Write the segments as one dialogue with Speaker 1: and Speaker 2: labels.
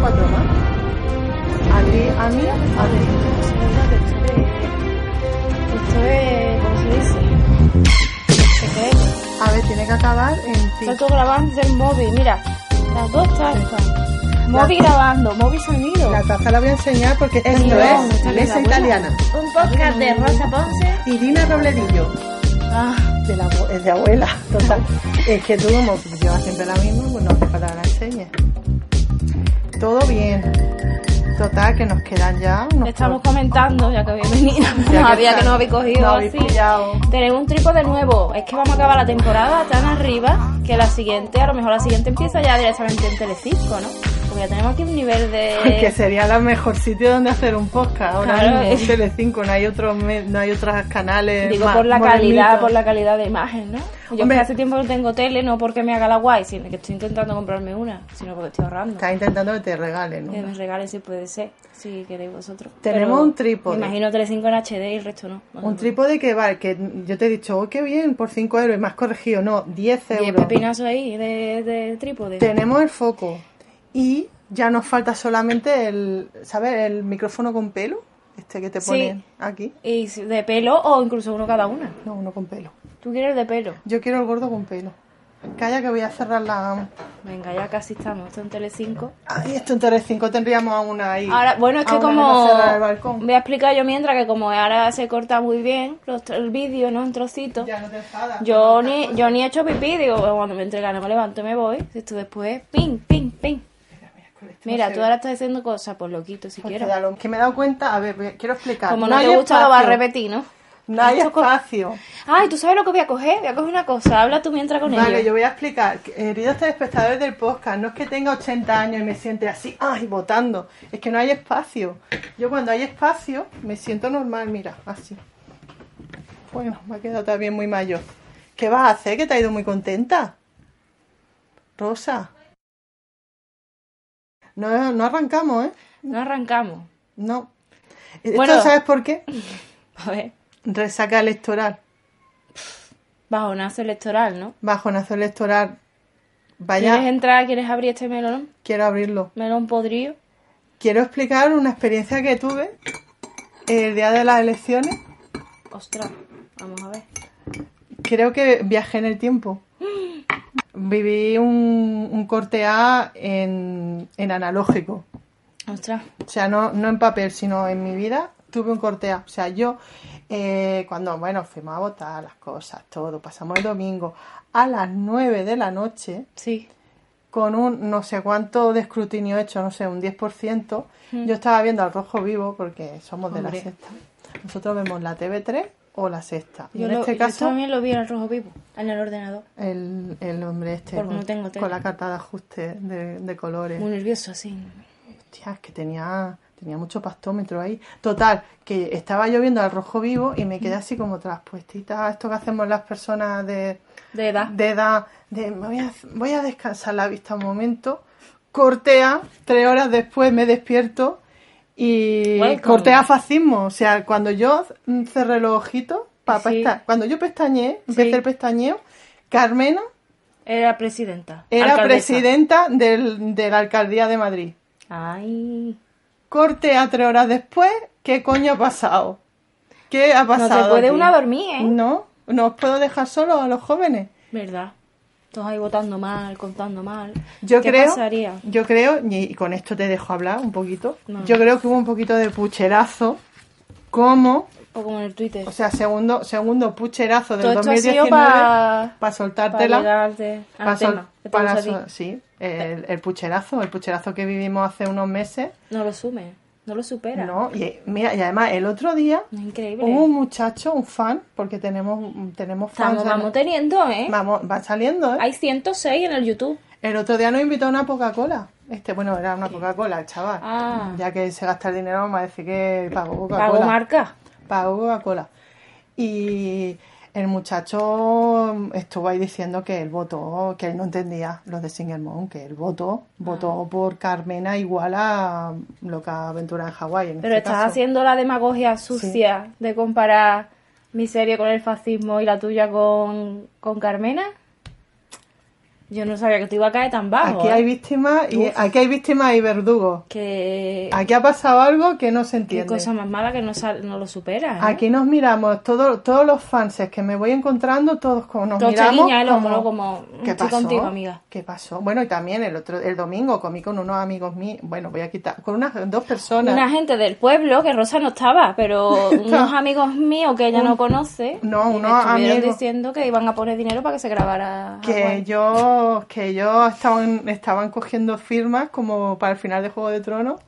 Speaker 1: cuatro más. A mí, a mí, a mí.
Speaker 2: Esto es, ¿cómo se dice? ¿Qué es?
Speaker 1: A ver, tiene que acabar en ti.
Speaker 2: Está todo grabando del móvil, mira. Las dos tazas. Móvil grabando, móvil sonido.
Speaker 1: La taza la voy a enseñar porque esto
Speaker 2: no,
Speaker 1: es
Speaker 2: está bien
Speaker 1: mesa
Speaker 2: la
Speaker 1: italiana.
Speaker 3: Un podcast de Rosa Ponce.
Speaker 1: Irina Robledillo.
Speaker 2: Ah,
Speaker 1: De la, abue- es de abuela, total. es que tú como llevas siempre la misma, pues no hace falta que la enseñes. Todo bien. Total, que nos quedan ya unos
Speaker 2: estamos
Speaker 1: pocos.
Speaker 2: comentando, ya que había venido.
Speaker 1: Ya
Speaker 2: No había
Speaker 1: está.
Speaker 2: que no había cogido
Speaker 1: No habéis
Speaker 2: así.
Speaker 1: pillado.
Speaker 2: Tenemos un trípode nuevo. Es que vamos a acabar la temporada tan arriba que la siguiente, a lo mejor la siguiente empieza ya directamente en Telecisco, ¿no? Porque ya tenemos aquí un nivel
Speaker 1: Que
Speaker 2: de.
Speaker 1: sería el mejor sitio donde hacer un podcast. Ahora
Speaker 2: Eh, Claro,
Speaker 1: mismo
Speaker 2: eh.
Speaker 1: en Telecinco no hay otros me- no hay otros canales.
Speaker 2: Digo
Speaker 1: más
Speaker 2: por la
Speaker 1: modernitos.
Speaker 2: calidad, por la calidad de imagen, ¿no? Yo
Speaker 1: Hombre.
Speaker 2: que hace tiempo no tengo tele, no porque me haga la guay, sino que estoy intentando comprarme una, sino porque estoy ahorrando.
Speaker 1: Estás intentando que te regalen, ¿no?
Speaker 2: Que me regalen si puede ser, si queréis vosotros.
Speaker 1: Tenemos un trípode.
Speaker 2: Me imagino 3.5 en HD y el resto no.
Speaker 1: Un trípode que va, que yo te he dicho, oh, qué bien, por 5 euros, y más corregido, no, 10
Speaker 2: Y el
Speaker 1: euros.
Speaker 2: pepinazo ahí de, de trípode.
Speaker 1: Tenemos el foco y ya nos falta solamente el, ¿sabes? El micrófono con pelo, este que te
Speaker 2: Sí.
Speaker 1: ponen aquí.
Speaker 2: Y si- de pelo o incluso uno cada una.
Speaker 1: No, uno con pelo.
Speaker 2: Tú quieres el de pelo.
Speaker 1: Yo quiero el gordo con pelo. Calla que voy a cerrar la...
Speaker 2: Venga, ya casi estamos. Esto en Tele5.
Speaker 1: Ay, esto en Telecinco 5 tendríamos a una ahí.
Speaker 2: Ahora, bueno, es
Speaker 1: A
Speaker 2: que
Speaker 1: una
Speaker 2: como.
Speaker 1: Ah, no cerrar el balcón.
Speaker 2: Voy a explicar yo mientras que como ahora se corta muy bien los- el vídeo, ¿no? En trocitos.
Speaker 1: Ya no te enfadas.
Speaker 2: Yo ni, yo ni he hecho pipí, digo, bueno, cuando me entregan, me levanto y me voy. Esto después, ping, ping, ping. Mira, tú ahora estás haciendo cosas, pues lo quito si
Speaker 1: Pues
Speaker 2: quieres.
Speaker 1: quédalo. Que me he dado cuenta, a ver, voy a- quiero explicar.
Speaker 2: Como no,
Speaker 1: hay
Speaker 2: te gusta, lo vas a
Speaker 1: espacio.
Speaker 2: repetir, ¿no?
Speaker 1: No hay espacio.
Speaker 2: Ay, ¿tú sabes lo que voy a coger? Voy a coger una cosa. Habla tú mientras con
Speaker 1: Vale, yo
Speaker 2: ellos.
Speaker 1: voy a explicar. Queridos espectadores del podcast, no es que tenga 80 años y me siente así, ay, votando. Es que no hay espacio. Yo cuando hay espacio me siento normal, mira, así. Bueno, me ha quedado también muy mayor. ¿Qué vas a hacer? Que te ha ido muy contenta. Rosa. No, no arrancamos, ¿eh?
Speaker 2: No arrancamos.
Speaker 1: No. ¿Esto
Speaker 2: Bueno.
Speaker 1: sabes por qué?
Speaker 2: A ver,
Speaker 1: Resaca electoral.
Speaker 2: bajonazo electoral, ¿no?
Speaker 1: Bajonazo electoral.
Speaker 2: ¿Quieres
Speaker 1: Vaya,
Speaker 2: entrar? ¿Quieres abrir este melón?
Speaker 1: quiero abrirlo.
Speaker 2: Melón podrido.
Speaker 1: Quiero explicar una experiencia que tuve eh, el día de las elecciones.
Speaker 2: Ostras, vamos a ver.
Speaker 1: Creo que viajé en el tiempo. Viví un, un corte A en, en analógico.
Speaker 2: Ostras,
Speaker 1: O sea, no, no en papel, sino en mi vida tuve un corte A. O sea, yo eh, cuando, bueno, fuimos a votar las cosas, todo, pasamos el domingo a las 9 de la noche
Speaker 2: sí.
Speaker 1: con un no sé cuánto de escrutinio hecho, no sé, un 10%, yo estaba viendo al rojo vivo porque somos de
Speaker 2: Mm. Hombre.
Speaker 1: la sexta. Nosotros vemos la TV3 o la sexta. Y
Speaker 2: Yo,
Speaker 1: en
Speaker 2: lo-
Speaker 1: este
Speaker 2: yo
Speaker 1: caso,
Speaker 2: también lo vi en el rojo vivo, en el ordenador.
Speaker 1: el, el hombre este
Speaker 2: Porque
Speaker 1: con,
Speaker 2: Pues no tengo tele.
Speaker 1: con la carta de ajuste de, de colores.
Speaker 2: Muy nervioso, así.
Speaker 1: Hostia, es que tenía, tenía mucho pastómetro ahí. Total, que estaba yo viendo al rojo vivo y me quedé
Speaker 2: Mm.
Speaker 1: así como traspuestita. Esto que hacemos las personas de,
Speaker 2: De edad.
Speaker 1: de edad, de me voy a, voy a descansar la vista un momento, cortea, tres horas después me despierto y
Speaker 2: Welcome.
Speaker 1: cortea fascismo. O sea, cuando yo mm, cerré los ojitos, para
Speaker 2: Sí.
Speaker 1: cuando yo pestañeé, empecé
Speaker 2: Sí.
Speaker 1: el pestañeo, Carmena
Speaker 2: Era presidenta.
Speaker 1: era
Speaker 2: alcaldesa.
Speaker 1: presidenta del- de la alcaldía de Madrid.
Speaker 2: Ay.
Speaker 1: Cortea tres horas después, ¿qué coño ha pasado? ¿Qué ha
Speaker 2: No
Speaker 1: pasado?
Speaker 2: te puede
Speaker 1: aquí?
Speaker 2: una dormir, ¿eh?
Speaker 1: No, no os puedo dejar solos a los jóvenes.
Speaker 2: ¿Verdad? Todos ahí votando mal, contando mal.
Speaker 1: Yo
Speaker 2: ¿Qué
Speaker 1: creo,
Speaker 2: pasaría?
Speaker 1: yo creo, y y con esto te dejo hablar un poquito.
Speaker 2: No.
Speaker 1: Yo creo que hubo un poquito de pucherazo, como,
Speaker 2: O como en el Twitter.
Speaker 1: o sea, segundo, segundo pucherazo del
Speaker 2: Todo esto ha sido
Speaker 1: 2019
Speaker 2: para-
Speaker 1: para
Speaker 2: para
Speaker 1: soltártela,
Speaker 2: llegarte al
Speaker 1: pa' sol-
Speaker 2: tema. que te
Speaker 1: para
Speaker 2: gusta a
Speaker 1: sol-
Speaker 2: ti.
Speaker 1: sí, el, el pucherazo, el pucherazo que vivimos hace unos meses,
Speaker 2: No lo sume, no lo supera.
Speaker 1: no, y mira, y además el otro día
Speaker 2: Es increíble.
Speaker 1: hubo un muchacho, un fan, porque tenemos, tenemos fans,
Speaker 2: Estamos,
Speaker 1: de-
Speaker 2: vamos teniendo, ¿eh?
Speaker 1: vamos, van saliendo, ¿eh?
Speaker 2: Hay 106 en el YouTube.
Speaker 1: El otro día nos invitó a una Coca-Cola. Este, bueno, era una Coca-Cola, el chaval.
Speaker 2: Ah.
Speaker 1: Ya que se gasta el dinero, vamos a decir que pagó Coca-Cola.
Speaker 2: Pago marca.
Speaker 1: Pagó Coca-Cola. Y el muchacho estuvo ahí diciendo que él votó, que él no entendía los de Single Mom, que él votó,
Speaker 2: Ah.
Speaker 1: votó por Carmena igual a Loca Aventura en Hawái. en
Speaker 2: Pero
Speaker 1: este
Speaker 2: estás
Speaker 1: caso.
Speaker 2: haciendo la demagogia sucia de comparar mi serie con el fascismo y la tuya con, con Carmena. Yo no sabía que te iba a caer tan bajo.
Speaker 1: Aquí
Speaker 2: ¿eh?
Speaker 1: hay víctimas y aquí hay víctimas y verdugos.
Speaker 2: Que...
Speaker 1: Aquí ha pasado algo que no se
Speaker 2: Eh. Qué
Speaker 1: entiende.
Speaker 2: cosa más mala que no, sal- no lo supera. ¿eh?
Speaker 1: Aquí nos miramos, todo, todos los fans que me voy encontrando, todos como nos
Speaker 2: Todos te
Speaker 1: miramos.
Speaker 2: guiñan el ojo, ¿no? Como, "Estoy contigo, amiga".
Speaker 1: ¿Qué pasó? Bueno, y también el otro el domingo comí con unos amigos míos. Bueno, voy a quitar. Con unas dos personas.
Speaker 2: Una gente del pueblo, que Rosa no estaba, pero unos amigos míos que ella no conoce,
Speaker 1: No,
Speaker 2: y me
Speaker 1: unos
Speaker 2: estuvieron
Speaker 1: amigos.
Speaker 2: diciendo que iban a poner dinero para que se grabara.
Speaker 1: que
Speaker 2: Hawái.
Speaker 1: yo que yo estaban estaban cogiendo firmas como para el final de Juego de Tronos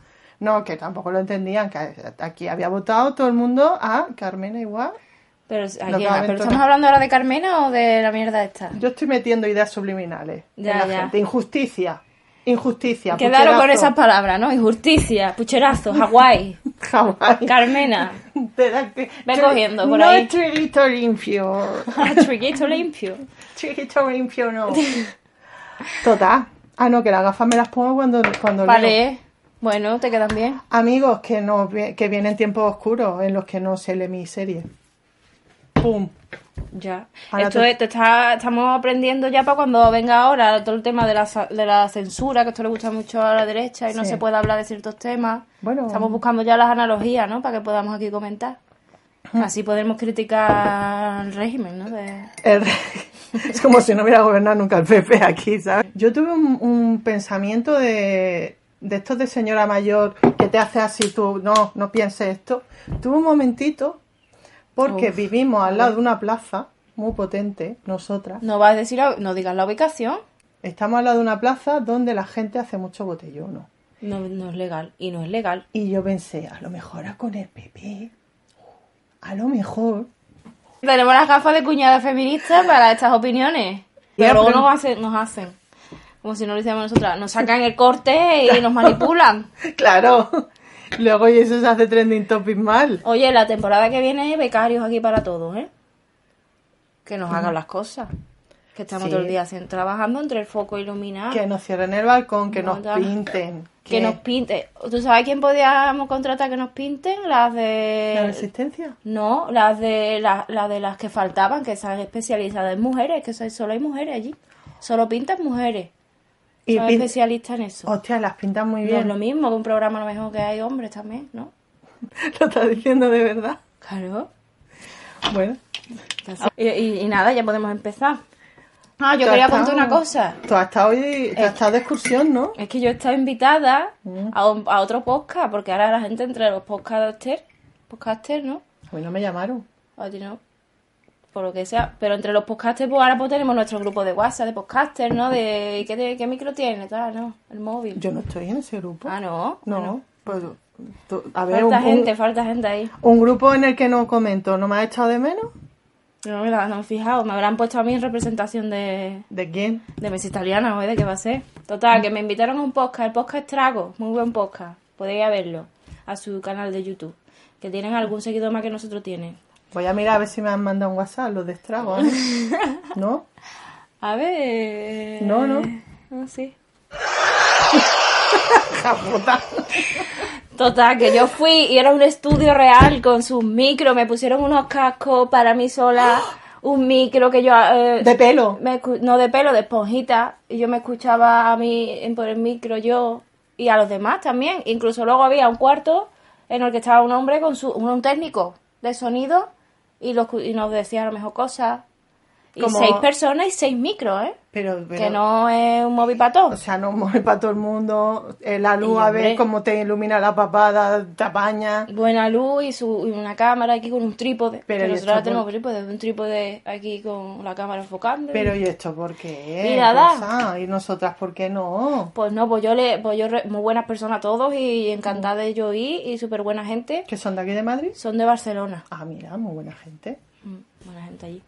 Speaker 1: no que tampoco lo entendían que aquí había votado todo el mundo a Carmena igual
Speaker 2: Pero,
Speaker 1: Lo
Speaker 2: aquí,
Speaker 1: que va a
Speaker 2: pero estamos
Speaker 1: aventurar.
Speaker 2: hablando ahora de Carmena o de la mierda esta.
Speaker 1: yo estoy metiendo ideas subliminales en
Speaker 2: Ya,
Speaker 1: la
Speaker 2: ya.
Speaker 1: gente injusticia injusticia
Speaker 2: Quedaros con
Speaker 1: pucherazo,
Speaker 2: esas palabras, ¿no? Injusticia, pucherazo, Hawái,
Speaker 1: Hawái.
Speaker 2: Carmena,
Speaker 1: Te da que-
Speaker 2: Ve
Speaker 1: tri-
Speaker 2: cogiendo por
Speaker 1: no
Speaker 2: ahí.
Speaker 1: es trilito limpio
Speaker 2: Triguito Ah, limpio.
Speaker 1: trilito limpio no total ah no que las gafas me las pongo cuando cuando leo.
Speaker 2: Vale, bueno, te quedan bien.
Speaker 1: Amigos, que, no, vi- que vienen tiempos oscuros en los que no se lee mi serie. ¡Pum!
Speaker 2: Ya.
Speaker 1: Ahora
Speaker 2: esto
Speaker 1: te-
Speaker 2: es- te está- estamos aprendiendo ya para cuando venga ahora todo el tema de la, sa- de la censura, que esto le gusta mucho a la derecha y no
Speaker 1: Sí.
Speaker 2: se puede hablar de ciertos temas.
Speaker 1: Bueno.
Speaker 2: Estamos buscando ya las analogías, ¿no? Para que podamos aquí comentar. Así podemos criticar el régimen, ¿no? De-
Speaker 1: El- es como si no hubiera gobernado nunca el PP aquí, ¿sabes? Yo tuve un, un pensamiento de, de estos de señora mayor que te hace así tú, no, no pienses esto. Tuve un momentito porque
Speaker 2: Uf.
Speaker 1: vivimos al lado de una plaza muy potente, nosotras.
Speaker 2: No vas a decir, la- no digas la ubicación.
Speaker 1: Estamos al lado de una plaza donde la gente hace mucho botellón. ¿no?
Speaker 2: No, no es legal. Y no es legal.
Speaker 1: Y yo pensé, a lo mejor a con el PP, a lo mejor
Speaker 2: Tenemos las gafas de cuñada feminista para estas opiniones.
Speaker 1: Ya,
Speaker 2: Pero luego
Speaker 1: pero-
Speaker 2: nos hacen, nos hacen. Como si no lo hiciéramos nosotras. Nos sacan el corte y nos manipulan.
Speaker 1: Claro. Luego y eso se hace trending topic mal.
Speaker 2: Oye, la temporada que viene becarios aquí para todos, ¿eh? Que nos hagan las cosas. Que estamos
Speaker 1: Sí.
Speaker 2: todo el día haciendo- trabajando entre el foco iluminado.
Speaker 1: Que nos cierren el balcón, que
Speaker 2: No,
Speaker 1: nos
Speaker 2: Ah. ya.
Speaker 1: pinten.
Speaker 2: Que nos pinte. ¿Tú sabes quién podíamos contratar que nos pinten? Las
Speaker 1: ¿La
Speaker 2: de...
Speaker 1: resistencia?
Speaker 2: No, las de, las, las de las que faltaban, que están especializadas en mujeres, que so- solo hay mujeres allí. Solo pintan mujeres.
Speaker 1: Y
Speaker 2: Son
Speaker 1: pin-
Speaker 2: especialistas en eso.
Speaker 1: Hostia, las pintan muy
Speaker 2: No es
Speaker 1: bien.
Speaker 2: lo mismo que un programa a lo mejor que hay hombres también, ¿no?
Speaker 1: Lo estás diciendo de verdad.
Speaker 2: Claro.
Speaker 1: Bueno.
Speaker 2: Y, y- y nada, ya podemos empezar. Ah, yo
Speaker 1: Tú
Speaker 2: quería
Speaker 1: has
Speaker 2: contar
Speaker 1: estado-
Speaker 2: una cosa. Eh,
Speaker 1: Tú has estado, hoy, tú has estado de excursión, ¿no?
Speaker 2: Es que yo he estado invitada
Speaker 1: Mm.
Speaker 2: a, un- a otro podcast, porque ahora la gente entre los podcasters, podcasters, ¿no?
Speaker 1: A mí no me llamaron.
Speaker 2: O a ti no, por lo que sea. Pero entre los podcasters, pues ahora pues, tenemos nuestro grupo de WhatsApp, de podcasters, ¿no? De ¿y ¿qué, te- qué micro tiene, tal, ¿no? El móvil.
Speaker 1: Yo no estoy en ese grupo.
Speaker 2: Ah, no.
Speaker 1: No,
Speaker 2: Bueno,
Speaker 1: pues... tú- a ver, un,
Speaker 2: falta
Speaker 1: un-
Speaker 2: gente, falta gente ahí.
Speaker 1: un grupo en el que no comento, ¿no me has echado de menos?
Speaker 2: No me la- no me he fijado, me habrán puesto a mí en representación de,
Speaker 1: ¿De quién?
Speaker 2: De mesa italiana, ¿o ¿De qué va a ser? Total, que me invitaron a un podcast, el podcast Trago, muy buen podcast, podéis ir a verlo, a su canal de YouTube, que tienen algún seguidor más que nosotros tienen.
Speaker 1: Voy a mirar a ver si me han mandado un WhatsApp, los de Estrago, ¿eh? ¿No?
Speaker 2: A ver...
Speaker 1: No, no.
Speaker 2: No, sí.
Speaker 1: ¡Ja, puta!
Speaker 2: Total, que yo fui y era un estudio real con sus micros, me pusieron unos cascos para mí sola, un micro que yo... eh,
Speaker 1: De pelo.
Speaker 2: me escu- no de pelo, de esponjita, y yo me escuchaba a mí en- por el micro yo y a los demás también. Incluso luego había un cuarto en el que estaba un hombre con su, un, un técnico de sonido y, los, cu- y nos decía a lo mejor cosas. Y
Speaker 1: Como-
Speaker 2: seis personas y seis micros, ¿eh?
Speaker 1: Pero, pero-
Speaker 2: Que no es un móvil para
Speaker 1: O
Speaker 2: todos.
Speaker 1: sea, no mueve para todo el mundo. eh, la luz
Speaker 2: Y,
Speaker 1: a ver
Speaker 2: hombre.
Speaker 1: cómo te ilumina la papada, te apaña.
Speaker 2: Buena luz y, su, y una cámara aquí con un trípode.
Speaker 1: Pero
Speaker 2: Pero
Speaker 1: y
Speaker 2: nosotros ahora
Speaker 1: esto es
Speaker 2: tenemos trípode, un trípode aquí con la cámara enfocando.
Speaker 1: Pero ¿y esto por qué?
Speaker 2: Y nada.
Speaker 1: Rosa? ¿Y nosotras por qué no?
Speaker 2: Pues no, pues yo le, pues yo re- muy buenas personas todos y encantada de yo ir y súper buena gente.
Speaker 1: ¿Que son de aquí de Madrid?
Speaker 2: Son de Barcelona.
Speaker 1: Ah, mira, muy buena gente.
Speaker 2: Mm, Buena gente allí.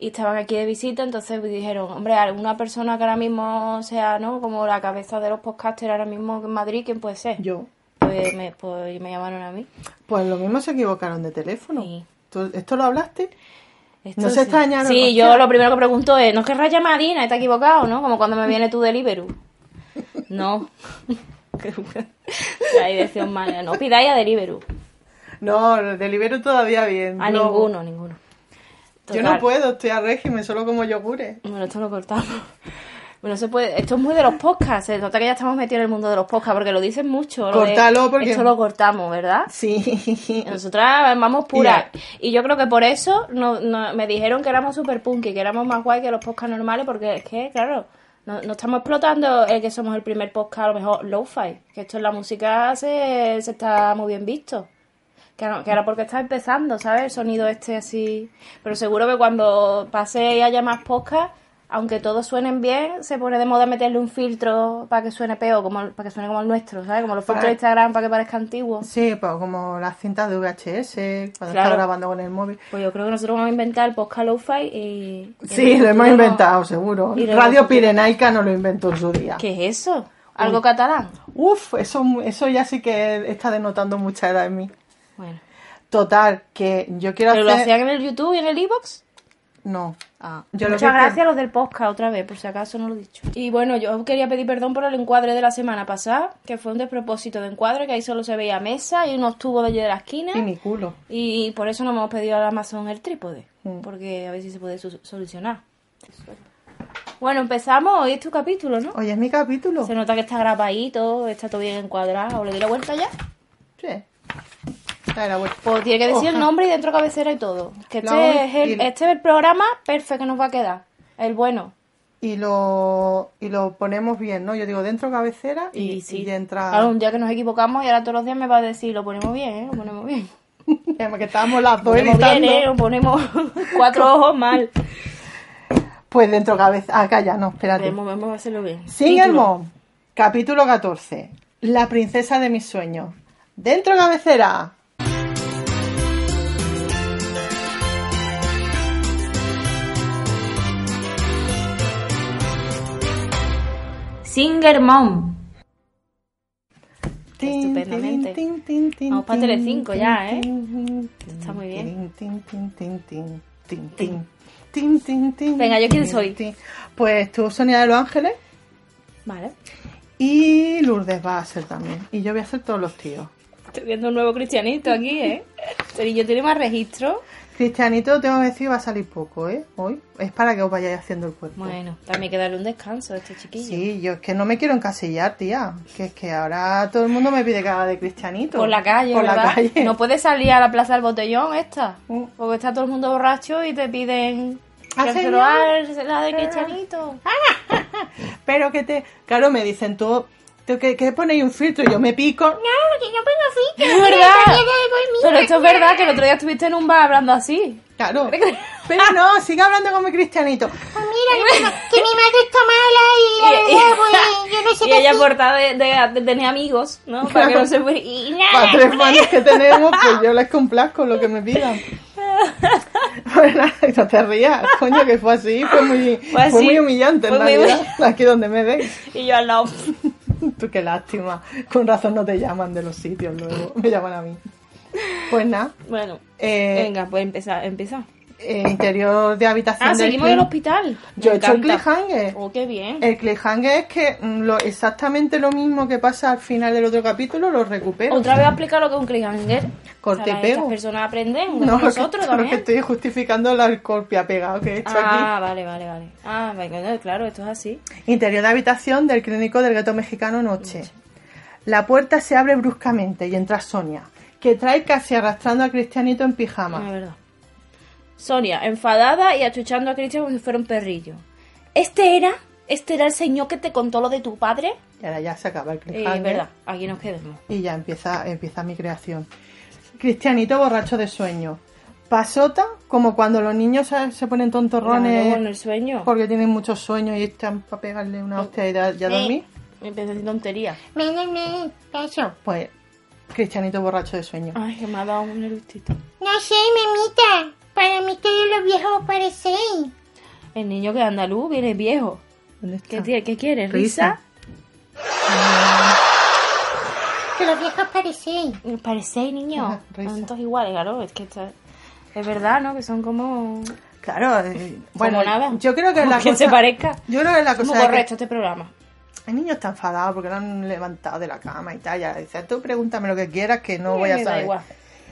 Speaker 2: Y estaban aquí de visita, entonces dijeron, hombre, alguna persona que ahora mismo sea, ¿no? Como la cabeza de los podcasters ahora mismo en Madrid, ¿quién puede ser?
Speaker 1: Yo.
Speaker 2: Pues me, pues me llamaron a mí.
Speaker 1: Pues lo mismo se equivocaron de teléfono.
Speaker 2: Sí.
Speaker 1: ¿Tú- ¿Esto lo hablaste?
Speaker 2: Esto
Speaker 1: No se
Speaker 2: sí.
Speaker 1: extrañaron,
Speaker 2: Sí,
Speaker 1: hostia.
Speaker 2: yo lo primero que pregunto es, ¿no querrás llamar a Dina? ¿Está equivocado, no? Como cuando me viene tu delivery. No. la dirección mala. No pidáis a Deliveroo.
Speaker 1: No, el delibero todavía bien.
Speaker 2: A
Speaker 1: No.
Speaker 2: Ah, ninguno, ninguno.
Speaker 1: Yo
Speaker 2: Total.
Speaker 1: no puedo, estoy a régimen, solo como yogures.
Speaker 2: Bueno, esto lo cortamos. Bueno, se puede. Esto es muy de los podcasts. Se nota que ya estamos metidos en el mundo de los podcasts porque lo dicen mucho. lo de-
Speaker 1: Cortalo, porque-
Speaker 2: Esto lo cortamos, ¿verdad?
Speaker 1: Sí.
Speaker 2: Nosotras vamos pura. Y yo creo que por eso no, no- me dijeron que éramos super punky, que éramos más guay que los podcasts normales, porque es que, claro, no, no estamos explotando el que somos el primer podcast, a lo mejor lo-fi, que esto en la música se, se está muy bien visto. Que, no- que ahora porque está empezando, ¿sabes? El sonido este así. Pero seguro que cuando pase y haya más podcasts, aunque todos suenen bien, se pone de moda meterle un filtro para que suene peor, como, el- para que suene como el nuestro, ¿sabes? Como los filtros de Instagram para que parezca antiguo.
Speaker 1: Sí, pues como las cintas de VHS, cuando
Speaker 2: Claro.
Speaker 1: está grabando con el móvil.
Speaker 2: Pues yo creo que nosotros vamos a inventar el podcast lo-fi y... y en
Speaker 1: Sí,
Speaker 2: el
Speaker 1: lo hemos
Speaker 2: futuro no-
Speaker 1: inventado, seguro.
Speaker 2: y luego-
Speaker 1: Radio Pirenaica no lo inventó en su día.
Speaker 2: ¿Qué es eso? ¿Algo catalán?
Speaker 1: Uf, eso, eso ya sí que está denotando mucha edad en mí.
Speaker 2: Bueno.
Speaker 1: Total, que yo quiero
Speaker 2: ¿Pero lo
Speaker 1: hacer...
Speaker 2: hacían en el YouTube y en el iBox?
Speaker 1: No.
Speaker 2: Ah.
Speaker 1: Yo lo
Speaker 2: Muchas
Speaker 1: que-
Speaker 2: gracias a los del podcast otra vez, por si acaso no lo he dicho. Y bueno, yo quería pedir perdón por el encuadre de la semana pasada, que fue un despropósito de encuadre, que ahí solo se veía mesa y unos tubos de allí de la esquina.
Speaker 1: Y mi culo.
Speaker 2: Y por eso no hemos pedido a Amazon el trípode,
Speaker 1: Mm.
Speaker 2: porque a ver si se puede su- solucionar. Bueno, empezamos. Hoy es tu capítulo, ¿no?
Speaker 1: Oye, es mi capítulo.
Speaker 2: Se nota que está grabadito, está todo bien encuadrado. ¿Le di la vuelta ya?
Speaker 1: Sí. Dale la vuelta.
Speaker 2: Pues tiene que decir el
Speaker 1: Ojalá.
Speaker 2: nombre y dentro cabecera y todo. Que
Speaker 1: Lo hago
Speaker 2: este es, el,
Speaker 1: y-
Speaker 2: este es el programa perfecto que nos va a quedar. El bueno.
Speaker 1: Y lo, y lo ponemos bien, ¿no? Yo digo dentro cabecera y, y ya entra...
Speaker 2: Claro, un día que nos equivocamos y ahora todos los días me va a decir, lo ponemos bien, ¿eh? Lo ponemos bien.
Speaker 1: Que estábamos las
Speaker 2: Lo
Speaker 1: dos
Speaker 2: ponemos bien,
Speaker 1: editando.
Speaker 2: ¿eh? Lo ponemos cuatro ojos mal.
Speaker 1: Pues dentro cabeza... Ah, calla, no, espérate.
Speaker 2: Vamos, vamos a hacerlo bien.
Speaker 1: Single
Speaker 2: Título.
Speaker 1: Mom, capítulo 14. La princesa de mis sueños. Dentro cabecera.
Speaker 2: Singer Mom.
Speaker 1: Tin,
Speaker 2: Estupendamente.
Speaker 1: tin, tin, tin,
Speaker 2: Vamos pa'
Speaker 1: tin,
Speaker 2: Telecinco
Speaker 1: tin,
Speaker 2: ya, ¿eh?
Speaker 1: tin,
Speaker 2: está muy bien.
Speaker 1: tin, tin, tin, tin, tin, tin, tin, tin, tin,
Speaker 2: Venga, ¿yo quién
Speaker 1: tin,
Speaker 2: soy?
Speaker 1: tin. Pues tú, Sonia de Los Ángeles,
Speaker 2: Vale.
Speaker 1: y Lourdes va a ser también. Y yo voy a ser todos los tíos.
Speaker 2: Estoy viendo un nuevo cristianito aquí, ¿eh? Este niño tiene más registro.
Speaker 1: Cristianito, tengo que decir, va a salir poco, ¿eh? Hoy. Es para que os vayáis haciendo el cuerpo.
Speaker 2: Bueno, también hay que darle un descanso a este chiquillo.
Speaker 1: Sí, yo es que no me quiero encasillar, tía. Que es que ahora todo el mundo me pide que haga de cristianito.
Speaker 2: Por la calle,
Speaker 1: Por
Speaker 2: ¿verdad?
Speaker 1: la calle.
Speaker 2: No puede salir a la plaza del botellón esta.
Speaker 1: Mm.
Speaker 2: Porque está todo el mundo borracho y te piden
Speaker 1: Ah,
Speaker 2: que
Speaker 1: señor. Ah.
Speaker 2: probar la de Cristianito.
Speaker 1: Pero que te... Claro, me dicen tú... tú que, que ponéis un filtro y yo me pico.
Speaker 4: pues
Speaker 2: Es verdad. Pero esto es verdad que el otro día estuviste en un bar hablando así.
Speaker 1: Claro. Pero no, sigue hablando con mi cristianito.
Speaker 2: Y, y ella portada de, de- de tener amigos, ¿no? Para que no se fue- y nada.
Speaker 1: Para tres manos que tenemos, pues yo les complazco lo que me pidan. Pues nada, no te rías, coño, que fue así, fue muy,
Speaker 2: Fue
Speaker 1: fue
Speaker 2: así.
Speaker 1: muy humillante en
Speaker 2: Fue muy
Speaker 1: realidad, aquí donde me veis.
Speaker 2: Y yo al lado.
Speaker 1: Tú qué lástima. Con razón no te llaman de los sitios luego. Me llaman a mí. Pues nada.
Speaker 2: Bueno,
Speaker 1: eh,
Speaker 2: venga, pues empezar, empieza.
Speaker 1: eh, interior de habitación.
Speaker 2: Ah,
Speaker 1: del
Speaker 2: seguimos
Speaker 1: cli-
Speaker 2: en el hospital.
Speaker 1: Yo he
Speaker 2: Me
Speaker 1: hecho el
Speaker 2: encanta.
Speaker 1: cliffhanger.
Speaker 2: Oh, qué bien.
Speaker 1: El cliffhanger es que mm, lo, exactamente lo mismo que pasa al final del otro capítulo lo recupero.
Speaker 2: Otra vez explica lo que es un cliffhanger.
Speaker 1: Eh, Corte
Speaker 2: O sea,
Speaker 1: y pego.
Speaker 2: Estas personas aprenden,
Speaker 1: No, lo que-
Speaker 2: nosotros
Speaker 1: lo que,
Speaker 2: también.
Speaker 1: estoy justificando la alcorpia pegado que he hecho
Speaker 2: Ah, vale, vale, vale. Ah, vale, claro, esto es así.
Speaker 1: aquí. Interior de habitación del clínico del gato mexicano noche. La puerta se abre bruscamente y entra Sonia, que trae casi arrastrando a Cristianito en pijama.
Speaker 2: La Ah, verdad. Sonia, enfadada y achuchando a Cristian como si fuera un perrillo. ¿Este era? ¿Este era el señor que te contó lo de tu padre?
Speaker 1: Y ahora ya se acaba el
Speaker 2: Eh,
Speaker 1: cliffhanger.
Speaker 2: verdad, aquí nos quedamos.
Speaker 1: Y ya empieza, empieza mi creación. Cristianito borracho de sueño. Pasota, como cuando los niños se, se ponen
Speaker 2: Ronnie en
Speaker 1: tontorrones
Speaker 2: el sueño. Mm.
Speaker 1: porque tienen muchos sueños y están para pegarle una hostia y da-
Speaker 2: Eh.
Speaker 1: ya dormir.
Speaker 2: Me empecé a decir tonterías.
Speaker 1: Pues, Cristianito borracho de sueño.
Speaker 2: Ay, que me ha dado un eructito.
Speaker 4: No sé, mamita. Para mí todos los viejos parecéis.
Speaker 2: El niño que es andaluz viene viejo.
Speaker 1: ¿Dónde
Speaker 2: ¿Qué,
Speaker 1: está?
Speaker 2: tiene- qué quiere?
Speaker 1: Risa.
Speaker 2: ¿Risa?
Speaker 4: Que los viejos parecéis.
Speaker 2: Parecéis niños.
Speaker 1: Ajá, risa.
Speaker 2: Son todos iguales, claro. Es que está- es verdad, ¿no? Que son como...
Speaker 1: Claro, eh, bueno,
Speaker 2: nada.
Speaker 1: yo creo que
Speaker 2: Como
Speaker 1: la
Speaker 2: que
Speaker 1: cosa...
Speaker 2: se parezca.
Speaker 1: Yo creo que la
Speaker 2: Como
Speaker 1: cosa es que
Speaker 2: correcto este programa.
Speaker 1: el niño está enfadado porque lo han levantado de la cama y tal. Ya dice, tú pregúntame lo que quieras que no voy a
Speaker 2: Me
Speaker 1: saber.
Speaker 2: Eh, Da igual.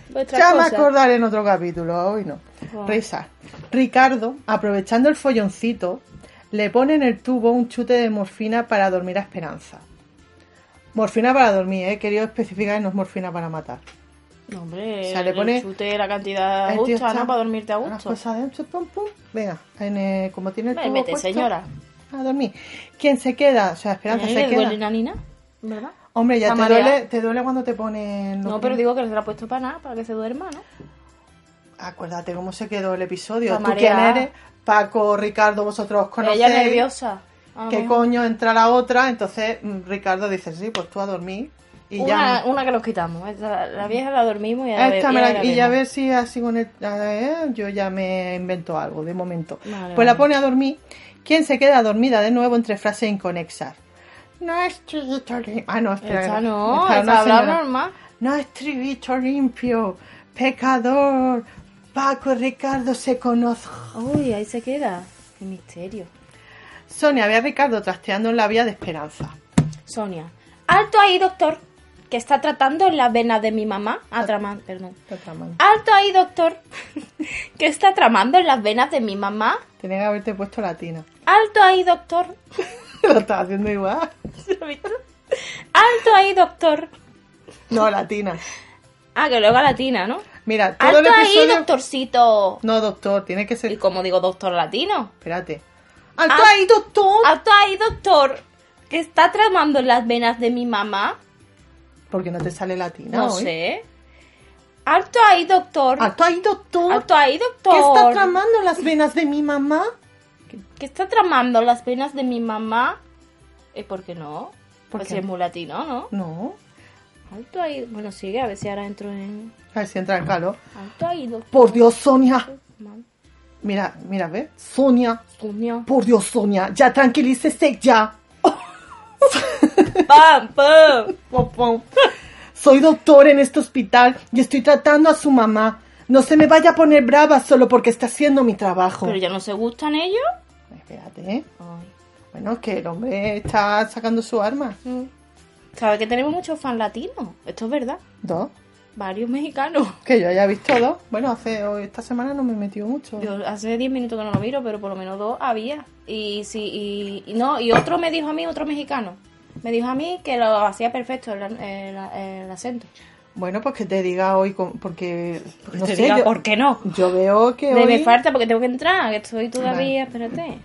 Speaker 2: Vuestras
Speaker 1: Ya me
Speaker 2: cosas.
Speaker 1: acordaré en otro capítulo, hoy no.
Speaker 2: Wow.
Speaker 1: Risa. Ricardo, aprovechando el folloncito, Le pone en el tubo un chute de morfina para dormir a Esperanza. Morfina para dormir, he querido especificar que no es morfina para matar.
Speaker 2: No, hombre,
Speaker 1: O sea, le
Speaker 2: el
Speaker 1: pone-
Speaker 2: chute la cantidad
Speaker 1: El tío
Speaker 2: justa,
Speaker 1: está-
Speaker 2: ¿no? Para dormirte a
Speaker 1: Las
Speaker 2: gusto.
Speaker 1: cosas de- pum, pum. Venga, en, eh, como tiene el
Speaker 2: Ven,
Speaker 1: tubo
Speaker 2: vete,
Speaker 1: puesto,
Speaker 2: señora.
Speaker 1: A dormir. ¿Quién se queda? O sea,
Speaker 2: ¿A
Speaker 1: Esperanza
Speaker 2: mí
Speaker 1: se
Speaker 2: le duele
Speaker 1: queda.
Speaker 2: la nina? ¿Verdad?
Speaker 1: Hombre, ya
Speaker 2: ¿La
Speaker 1: te
Speaker 2: marea?
Speaker 1: duele, te duele cuando te ponen... los
Speaker 2: No, pero
Speaker 1: pin-
Speaker 2: digo que no se la ha puesto para nada, para que se duerma, ¿no?
Speaker 1: Acuérdate cómo se quedó el episodio.
Speaker 2: La
Speaker 1: ¿Tú
Speaker 2: marea.
Speaker 1: quién eres? Paco, Ricardo, vosotros os conocéis.
Speaker 2: Pues Ella nerviosa. A lo
Speaker 1: ¿Qué
Speaker 2: mejor.
Speaker 1: coño entra la otra? Entonces mm, Ricardo dice, sí, pues tú a dormir. Y
Speaker 2: una,
Speaker 1: ya...
Speaker 2: una que los quitamos. Esta- la vieja la dormimos y ya, la ve-
Speaker 1: Esta me la-
Speaker 2: la
Speaker 1: y ya
Speaker 2: vemos.
Speaker 1: ver si así con el, eh, yo ya me invento algo de momento.
Speaker 2: Vale,
Speaker 1: pues la
Speaker 2: vale.
Speaker 1: pone a dormir. ¿Quién se queda dormida de nuevo entre frases inconexas?
Speaker 4: No es chiquito.
Speaker 1: Ah, no, espera.
Speaker 2: Esta no,
Speaker 1: Espera,
Speaker 2: esta
Speaker 1: una
Speaker 2: habla
Speaker 1: señora.
Speaker 2: normal.
Speaker 1: No estribito limpio, pecador. Paco y Ricardo se conocen.
Speaker 2: Uy, ahí se queda. Qué misterio.
Speaker 1: Sonia ve a Ricardo trasteando en la vía de esperanza.
Speaker 2: Sonia. Alto ahí, doctor. Que está tratando en la vena de mi mamá. Ah, traman- perdón. Alto ahí, doctor. que está tramando en las venas de mi mamá.
Speaker 1: Tenía que haberte puesto latina.
Speaker 2: Alto ahí, doctor.
Speaker 1: Lo estaba haciendo igual.
Speaker 2: ¿Lo has visto? Alto ahí, doctor.
Speaker 1: No, latina.
Speaker 2: Ah, que luego latina, ¿no?
Speaker 1: Mira, todo el
Speaker 2: Alto ahí,
Speaker 1: episodio...
Speaker 2: doctorcito.
Speaker 1: No, doctor, tiene que
Speaker 2: Y
Speaker 1: ser...
Speaker 2: como digo, doctor latino.
Speaker 1: Espérate. ¡Alto
Speaker 2: Ah.
Speaker 1: ahí, doctor!
Speaker 2: Alto ahí, doctor. Que está tramando en las venas de mi mamá.
Speaker 1: Porque no te sale latina
Speaker 2: No,
Speaker 1: hoy.
Speaker 2: sé. Alto ahí, doctor.
Speaker 1: ¡Alto ahí, doctor!
Speaker 2: Alto ahí, doctor.
Speaker 1: Ah. ¿Qué está tramando las venas de mi mamá?
Speaker 2: que está tramando las venas de mi mamá. ¿Y por qué no?
Speaker 1: ¿Por
Speaker 2: pues
Speaker 1: qué?
Speaker 2: si es muy latino, ¿no?
Speaker 1: No.
Speaker 2: Alto ahí. Bueno, sigue, a ver si ahora entro en.
Speaker 1: A ver si entra el calor.
Speaker 2: Alto ahí, doctor.
Speaker 1: ¡Por Dios, Sonia!
Speaker 2: Man,
Speaker 1: Mira, mira, ve. Sonia.
Speaker 2: coño.
Speaker 1: Por Dios, Sonia. Ya tranquilícese, ya.
Speaker 2: ¡Pam, pam!
Speaker 1: Pom, pom. Soy doctor en este hospital y estoy tratando a su mamá. No se me vaya a poner brava solo porque está haciendo mi trabajo.
Speaker 2: Pero ya no se gustan ellos.
Speaker 1: Espérate, ¿eh?
Speaker 2: Ay.
Speaker 1: Bueno, es que el hombre está sacando su arma.
Speaker 2: Mm. ¿Sabes que tenemos muchos fans latinos? Esto es verdad.
Speaker 1: Dos.
Speaker 2: Varios mexicanos.
Speaker 1: Que yo haya visto dos. Bueno, hace hoy- esta semana no me he metido mucho.
Speaker 2: Yo hace 10 minutos que no lo miro, pero por lo menos dos había. Y sí, y, y no, y otro me dijo a mí, otro mexicano. Me dijo a mí que lo hacía perfecto el, el- el acento.
Speaker 1: Bueno, pues que te diga hoy, con- porque no
Speaker 2: Pues Te
Speaker 1: sé,
Speaker 2: diga,
Speaker 1: yo,
Speaker 2: ¿por qué no?
Speaker 1: yo veo que
Speaker 2: Me,
Speaker 1: hoy...
Speaker 2: me falta porque tengo que entrar, que estoy todavía, espérate.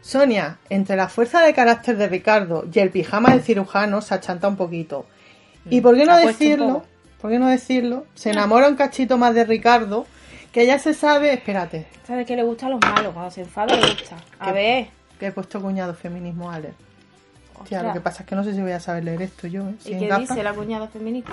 Speaker 1: Sonia, entre la fuerza de carácter de Ricardo y el pijama del cirujano, se achanta un poquito. ¿Y por qué no
Speaker 2: Mm, ha puesto un
Speaker 1: decirlo?
Speaker 2: poco. Ah.
Speaker 1: ¿Por qué no decirlo? Se enamora un cachito más de Ricardo, que ya se sabe. Espérate,
Speaker 2: ¿Sabes qué le gusta a los malos? Cuando se enfada le gusta. A
Speaker 1: ¿Qué?
Speaker 2: ver.
Speaker 1: que he puesto cuñado feminismo, Ale. Hostia,
Speaker 2: Ostras.
Speaker 1: lo que pasa es que no sé si voy a saber leer esto yo. ¿eh?
Speaker 2: ¿Y
Speaker 1: sin
Speaker 2: qué
Speaker 1: gafas.
Speaker 2: dice la cuñada feminista?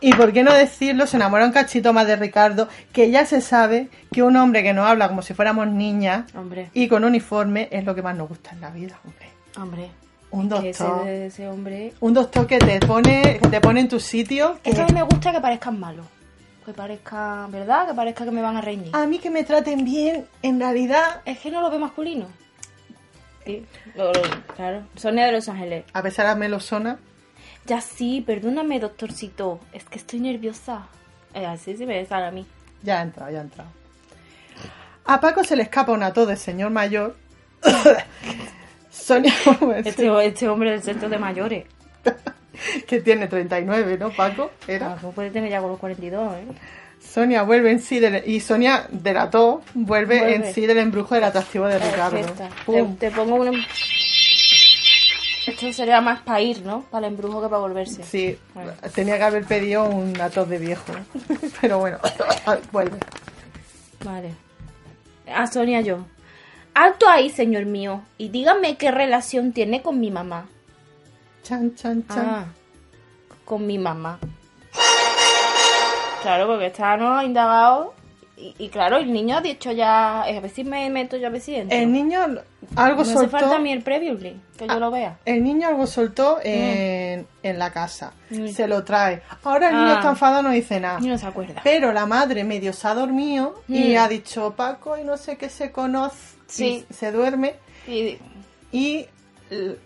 Speaker 1: ¿Y por qué no decirlo? Se enamora un cachito más de Ricardo, que ya se sabe que un hombre que nos habla como si fuéramos niñas
Speaker 2: Hombre,
Speaker 1: y con uniforme es lo que más nos gusta en la vida, hombre.
Speaker 2: hombre.
Speaker 1: Un
Speaker 2: Que
Speaker 1: doctor.
Speaker 2: Ese, ese hombre
Speaker 1: Un doctor que te pone, que te pone en tu sitio. que-
Speaker 2: Es que a mí me gusta que parezcan malos. Que parezcan, ¿verdad? Que parezca que me van a reñir.
Speaker 1: A mí que me traten bien, en realidad.
Speaker 2: Es que no lo ve masculino. Sí, lo- lo- claro. Sonia de Los Ángeles.
Speaker 1: A pesar de melosona.
Speaker 2: Ya sí, perdóname, doctorcito. Es que estoy nerviosa. Eh, así se me sale a mí.
Speaker 1: Ya ha entrado, ya ha entrado. A Paco se le escapa una tos de señor mayor. Sonia,
Speaker 2: Este, este hombre del centro de mayores.
Speaker 1: que tiene 39, ¿no, Paco? Era.
Speaker 2: Ah, pues puede tener ya con los 42, ¿eh?
Speaker 1: Sonia vuelve en sí del- y Sonia delató, vuelve,
Speaker 2: Vuelve.
Speaker 1: en sí del embrujo del atractivo de Ricardo.
Speaker 2: Perfecta. Te,
Speaker 1: Pum.
Speaker 2: te pongo un... em- Esto sería más para ir, ¿no? Para el embrujo que para volverse.
Speaker 1: Sí,
Speaker 2: Bueno.
Speaker 1: tenía que haber pedido un atos de viejo. Pero bueno, ah, vuelve.
Speaker 2: Vale. A Sonia yo. Alto ahí, señor mío, y dígame qué relación tiene con mi mamá.
Speaker 1: Chan, chan, chan.
Speaker 2: Ah, con mi mamá. Claro, porque está no ha indagado. Y, y claro, el niño ha dicho ya, eh, a ver si me meto, yo a ver si entro.
Speaker 1: El niño algo
Speaker 2: no hace
Speaker 1: soltó. Ah.
Speaker 2: falta a mí el previously, que yo lo vea.
Speaker 1: El niño algo soltó en, en la casa.
Speaker 2: Mm.
Speaker 1: Se lo trae. Ahora el niño
Speaker 2: Ah.
Speaker 1: está enfadado, no dice nada.
Speaker 2: Y no se acuerda.
Speaker 1: Pero la madre medio se ha dormido y
Speaker 2: Mm.
Speaker 1: ha dicho Paco y no sé qué se conoce.
Speaker 2: Sí.
Speaker 1: Y se duerme.
Speaker 2: Y-
Speaker 1: Y l-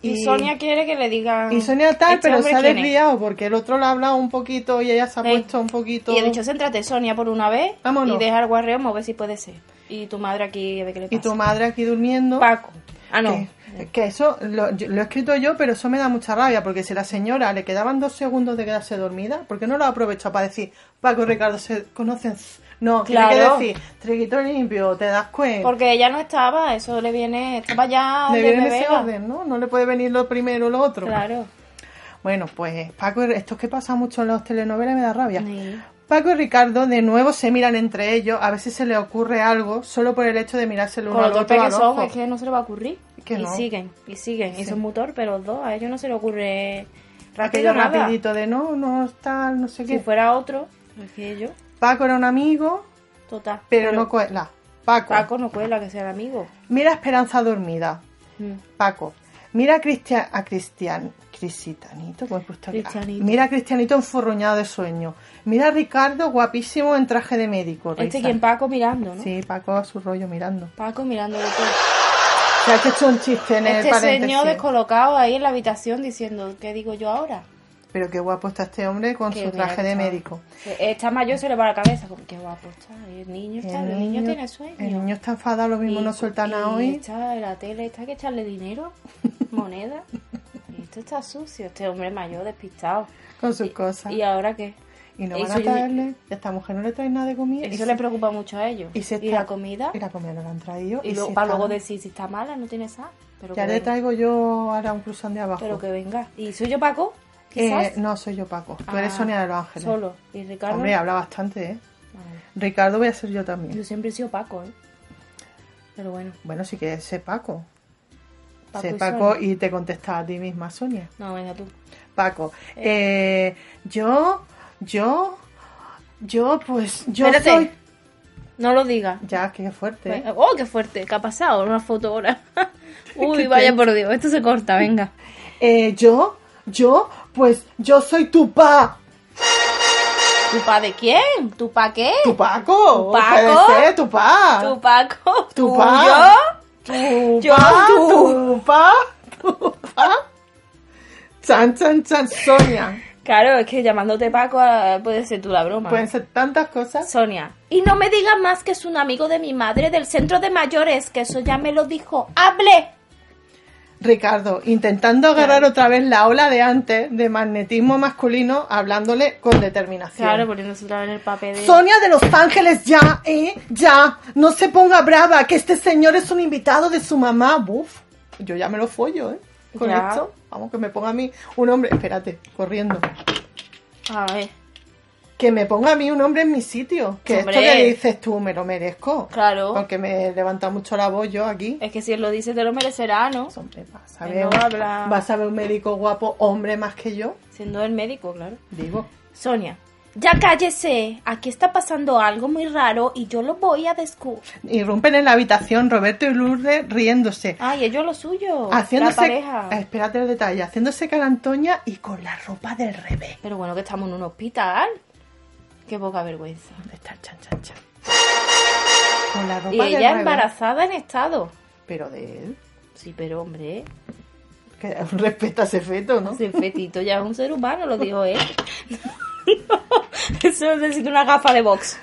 Speaker 2: Y, Sonia quiere que le digan.
Speaker 1: y Sonia tal,
Speaker 2: Ah. "Este
Speaker 1: pero
Speaker 2: hombre
Speaker 1: se ha
Speaker 2: quién es".
Speaker 1: desviado porque el otro le ha hablado un poquito y ella se ha
Speaker 2: Ven.
Speaker 1: puesto un poquito.
Speaker 2: Y he dicho, céntrate, Sonia, por una vez.
Speaker 1: Vámonos.
Speaker 2: Y deja el guarreo, a ver si puede ser. Y tu madre aquí, a ver qué le pasa.
Speaker 1: Y tu madre aquí durmiendo.
Speaker 2: Paco. Ah, no.
Speaker 1: Que, que eso lo, yo- lo he escrito yo, pero eso me da mucha rabia, porque si la señora le quedaban dos segundos de quedarse dormida, ¿por qué no lo aprovecha para decir, Paco y Ricardo se conocen? No,
Speaker 2: Claro.
Speaker 1: tiene que decir, triguito limpio, te das cuenta.
Speaker 2: Porque ella no estaba, eso le viene, estaba ya
Speaker 1: le
Speaker 2: de
Speaker 1: viene en ese
Speaker 2: bebela.
Speaker 1: orden, ¿no? No le puede venir lo primero o lo otro.
Speaker 2: Claro.
Speaker 1: Bueno, pues Paco, y- esto es que pasa mucho en las telenovelas y me da rabia.
Speaker 2: Sí.
Speaker 1: Paco y Ricardo de nuevo se miran entre ellos a ver si se le ocurre algo solo por el hecho de mirarse el uno
Speaker 2: Con
Speaker 1: al
Speaker 2: lo torpe
Speaker 1: otro
Speaker 2: que
Speaker 1: al
Speaker 2: son,
Speaker 1: ojo.
Speaker 2: es que no se le va a ocurrir.
Speaker 1: Que
Speaker 2: y
Speaker 1: no.
Speaker 2: siguen, y siguen. Y
Speaker 1: Sí.
Speaker 2: son muy torpes los dos, a ellos no se le ocurre rápido
Speaker 1: Aquello
Speaker 2: nada.
Speaker 1: rapidito de no, no está, no sé qué.
Speaker 2: Si fuera otro, es que yo,
Speaker 1: Paco era un amigo,
Speaker 2: total.
Speaker 1: pero, no cuela. Paco.
Speaker 2: Paco no cuela que sea el amigo.
Speaker 1: Mira a Esperanza dormida.
Speaker 2: Mm.
Speaker 1: Paco. Mira a Cristian. A Cristian. Cristianito, ¿cómo he puesto aquí? Ah,
Speaker 2: Cristianito.
Speaker 1: Mira a Cristianito enfurruñado de sueño. Mira a Ricardo guapísimo en traje de médico.
Speaker 2: Este
Speaker 1: risa.
Speaker 2: quien Paco mirando, ¿no?
Speaker 1: Sí, Paco a su rollo mirando.
Speaker 2: Paco mirando de todo.
Speaker 1: Se ha hecho un chiste en el
Speaker 2: Este
Speaker 1: paréntesis.
Speaker 2: señor descolocado ahí en la habitación diciendo, ¿qué digo yo ahora?
Speaker 1: Pero qué guapo está este hombre con
Speaker 2: Que
Speaker 1: su
Speaker 2: mira
Speaker 1: traje
Speaker 2: que
Speaker 1: de
Speaker 2: está-
Speaker 1: médico.
Speaker 2: Eh, Está mayor, se le va la cabeza. como, Qué guapo está. El niño, está, el Este niño, tiene sueño.
Speaker 1: El niño está enfadado, lo mismo
Speaker 2: Y-
Speaker 1: no suelta nada
Speaker 2: y
Speaker 1: hoy.
Speaker 2: Está en la tele, está que echarle dinero, moneda. Y esto está sucio, este hombre mayor despistado.
Speaker 1: Con sus cosas.
Speaker 2: ¿Y ahora qué?
Speaker 1: Y no
Speaker 2: Y
Speaker 1: van a
Speaker 2: eso-
Speaker 1: traerle. Y a esta mujer no le traen nada de comida.
Speaker 2: Eso
Speaker 1: Y
Speaker 2: le
Speaker 1: se-
Speaker 2: preocupa mucho a ellos.
Speaker 1: y
Speaker 2: Y,
Speaker 1: se está-
Speaker 2: la comida.
Speaker 1: Y la comida no la han traído.
Speaker 2: Y, luego,
Speaker 1: se
Speaker 2: para
Speaker 1: están-
Speaker 2: luego decir si está mala, no tiene sal. Pero,
Speaker 1: Ya
Speaker 2: que
Speaker 1: le
Speaker 2: venga,
Speaker 1: traigo yo ahora un cruzán de abajo.
Speaker 2: pero que venga. ¿Y soy yo Paco?
Speaker 1: Eh,
Speaker 2: Quizás.
Speaker 1: no, soy yo, Paco. Tú eres
Speaker 2: Ah,
Speaker 1: Sonia de los Ángeles.
Speaker 2: Solo. ¿Y Ricardo?
Speaker 1: Hombre, habla bastante, ¿eh?
Speaker 2: Vale.
Speaker 1: Ricardo voy a ser yo también.
Speaker 2: Yo siempre he sido Paco, ¿eh? Pero bueno.
Speaker 1: Bueno, si quieres, sé Paco.
Speaker 2: Paco
Speaker 1: sé
Speaker 2: y
Speaker 1: Paco
Speaker 2: Sonia.
Speaker 1: y te contestas a ti misma, Sonia.
Speaker 2: No, venga tú.
Speaker 1: Paco, eh, yo, yo, yo, pues, yo
Speaker 2: Espérate.
Speaker 1: soy...
Speaker 2: No lo digas.
Speaker 1: Ya, qué fuerte. ¿eh?
Speaker 2: Venga. ¡Oh, qué fuerte! ¿Qué ha pasado? Una foto ahora. Uy, vaya por Dios. Esto se corta, venga.
Speaker 1: Eh, yo, yo, pues, yo soy tu pa.
Speaker 2: ¿Tu pa de quién? ¿Tu pa qué?
Speaker 1: Tu Paco.
Speaker 2: ¿Tu Paco?
Speaker 1: Puede ser, tu pa.
Speaker 2: ¿Tu Paco?
Speaker 1: ¿Tu
Speaker 2: ¿Tu
Speaker 1: pa?
Speaker 2: yo?
Speaker 1: Tu
Speaker 2: Yo,
Speaker 1: pa,
Speaker 2: tú.
Speaker 1: tu pa, tu pa. Chan, chan, chan, Sonia.
Speaker 2: Claro, es que llamándote Paco ah, puede ser tú la broma.
Speaker 1: Pueden ser tantas cosas.
Speaker 2: Sonia. Y no me digas más que es un amigo de mi madre del centro de mayores, que eso ya me lo dijo. ¡Hable!
Speaker 1: Ricardo, intentando agarrar otra vez la ola de antes de magnetismo masculino, hablándole con determinación.
Speaker 2: Claro, poniéndose otra vez en el papel de...
Speaker 1: Sonia de Los Ángeles, ya, ¿eh? Ya. No se ponga brava, que este señor es un invitado de su mamá. Uf, yo ya me lo follo, ¿eh? Con
Speaker 2: Ya.
Speaker 1: esto. Vamos, que me ponga a mí un hombre. Espérate, corriendo.
Speaker 2: A ver,
Speaker 1: Que me ponga a mí un hombre en mi sitio. Que
Speaker 2: Hombre.
Speaker 1: esto que dices tú, me lo merezco.
Speaker 2: Claro.
Speaker 1: Porque me levanta mucho la voz yo aquí. Pues,
Speaker 2: es que si él lo dice te lo merecerá, ¿no?
Speaker 1: Hombre, vas a
Speaker 2: Que
Speaker 1: ver,
Speaker 2: no habla.
Speaker 1: vas a ver un médico guapo, hombre más que yo.
Speaker 2: Siendo el médico, claro.
Speaker 1: Digo.
Speaker 2: Sonia. Ya cállese, aquí está pasando algo muy raro y yo lo voy a descubrir.
Speaker 1: Irrumpen en la habitación Roberto y Lourdes riéndose.
Speaker 2: Ay, ellos lo suyo.
Speaker 1: haciéndose.
Speaker 2: Ah, La pareja.
Speaker 1: Espérate el detalle. Haciéndose cara Antonia y con la ropa del revés.
Speaker 2: Pero bueno, que estamos en un hospital. Qué poca vergüenza.
Speaker 1: ¿Dónde está el chan chan chan? Con la ropa
Speaker 2: Y
Speaker 1: del
Speaker 2: ella
Speaker 1: revés.
Speaker 2: embarazada en estado.
Speaker 1: Pero de él.
Speaker 2: Sí, pero hombre, ¿eh?
Speaker 1: Que respeta ese feto, ¿no?
Speaker 2: ese fetito ya es un ser humano, lo dijo él. Eso necesita una gafa de box.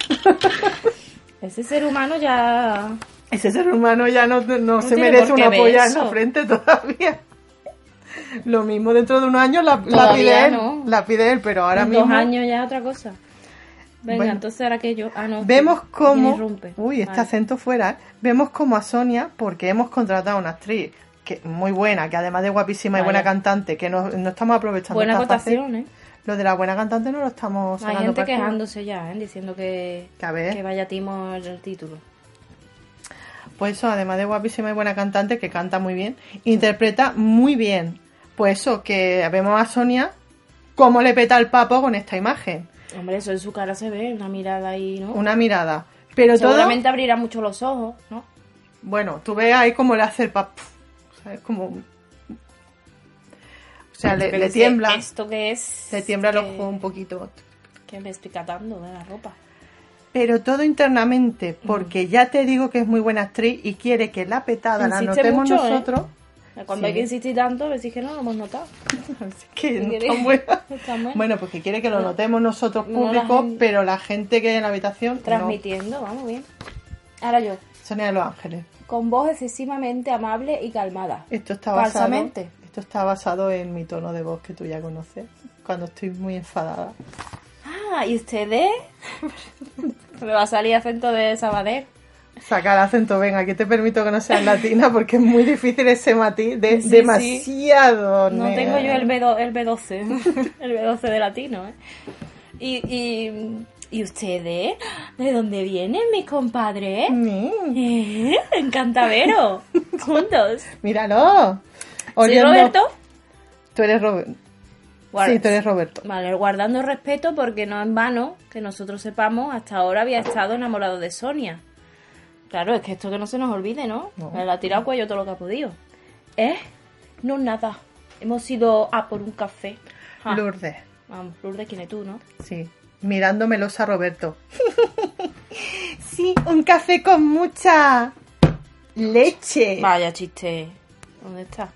Speaker 2: Ese ser humano ya...
Speaker 1: Ese ser humano ya no, no se
Speaker 2: tiene
Speaker 1: merece
Speaker 2: por qué
Speaker 1: una
Speaker 2: ver
Speaker 1: polla en
Speaker 2: eso.
Speaker 1: la frente todavía. Lo mismo dentro de un año la, la
Speaker 2: Todavía
Speaker 1: pide él.
Speaker 2: no.
Speaker 1: La pide él, pero ahora
Speaker 2: en
Speaker 1: mismo.
Speaker 2: dos años ya es otra cosa. Venga,
Speaker 1: Bueno.
Speaker 2: entonces ahora que yo... Ah, no.
Speaker 1: Vemos
Speaker 2: ¿quién
Speaker 1: cómo.
Speaker 2: irrumpe?
Speaker 1: Uy, este
Speaker 2: Vale.
Speaker 1: acento fuera. ¿eh? Vemos como a Sonia, porque hemos contratado a una actriz que muy buena, que además de guapísima y
Speaker 2: Vaya.
Speaker 1: buena cantante, que no, no estamos aprovechando.
Speaker 2: Buena
Speaker 1: esta fase.
Speaker 2: acotación, ¿eh?
Speaker 1: Lo de la buena cantante no lo estamos
Speaker 2: Hay
Speaker 1: sacando ¿Eh?
Speaker 2: gente
Speaker 1: partido.
Speaker 2: quejándose ya, ¿eh? Diciendo que...
Speaker 1: Que a ver.
Speaker 2: que vaya timo el título.
Speaker 1: Pues eso, además de guapísima y buena cantante, que canta muy bien, interpreta muy bien. Pues eso, que vemos a Sonia cómo le peta el papo con esta imagen.
Speaker 2: Hombre, eso en su cara se ve, una mirada ahí, ¿no?
Speaker 1: Una mirada. Pero todo.
Speaker 2: Seguramente abrirá mucho los ojos, ¿no?
Speaker 1: Bueno, tú ves ahí cómo le hace el papo. ¿Sabes? Como. O sea, le,
Speaker 2: Pero
Speaker 1: le
Speaker 2: dice,
Speaker 1: tiembla.
Speaker 2: Esto que es.
Speaker 1: Le tiembla el
Speaker 2: que-
Speaker 1: ojo un poquito.
Speaker 2: Que me estoy catando de la ropa.
Speaker 1: Pero todo
Speaker 2: Mm.
Speaker 1: internamente, porque ya te digo que es muy buena actriz y quiere que la petada la
Speaker 2: Insiste
Speaker 1: notemos
Speaker 2: mucho, ¿eh?
Speaker 1: nosotros.
Speaker 2: Cuando hay que insistir tanto, me que no lo hemos notado.
Speaker 1: Así que no
Speaker 2: ¿Quieres?
Speaker 1: tan buena.
Speaker 2: Está buena.
Speaker 1: Bueno, pues que quiere que lo notemos nosotros
Speaker 2: No, la
Speaker 1: públicos,
Speaker 2: gente-
Speaker 1: pero la gente que hay en la habitación. no.
Speaker 2: Transmitiendo, vamos bien. Ahora yo.
Speaker 1: Sonia de los Ángeles.
Speaker 2: Con voz excesivamente amable y calmada.
Speaker 1: Esto está basado.
Speaker 2: Falsamente.
Speaker 1: Esto está basado en mi tono de voz que tú ya conoces. Cuando estoy muy enfadada.
Speaker 2: Ah, ¿y ustedes? me va a salir acento de Sabadell.
Speaker 1: Saca el acento, venga, que te permito que no seas latina porque es muy difícil ese matiz. De,
Speaker 2: Sí, sí.
Speaker 1: demasiado.
Speaker 2: No
Speaker 1: nena.
Speaker 2: tengo yo el, B2 el B12, el B12 de latino, ¿eh? Y, y, ¿y ustedes? ¿De dónde vienen mis compadres?
Speaker 1: Mm,
Speaker 2: ¿Eh? Encantadero, juntos.
Speaker 1: míralo.
Speaker 2: ¿Soy
Speaker 1: Oliendo-
Speaker 2: Roberto?
Speaker 1: Tú eres Roberto.
Speaker 2: Guarda-
Speaker 1: Sí, tú eres Roberto.
Speaker 2: Vale, guardando respeto porque no en vano que nosotros sepamos hasta ahora había estado enamorado de Sonia. Claro, es que esto que no se nos olvide, ¿no?
Speaker 1: No.
Speaker 2: Me la ha tirado al cuello todo lo que ha podido. ¿Eh? No, nada. Hemos ido a por un café. Ja.
Speaker 1: Lourdes.
Speaker 2: Vamos, Lourdes, ¿quién es tú, no?
Speaker 1: Sí, mirando melosa a Roberto. sí, un café con mucha leche.
Speaker 2: Vaya chiste. ¿Dónde está?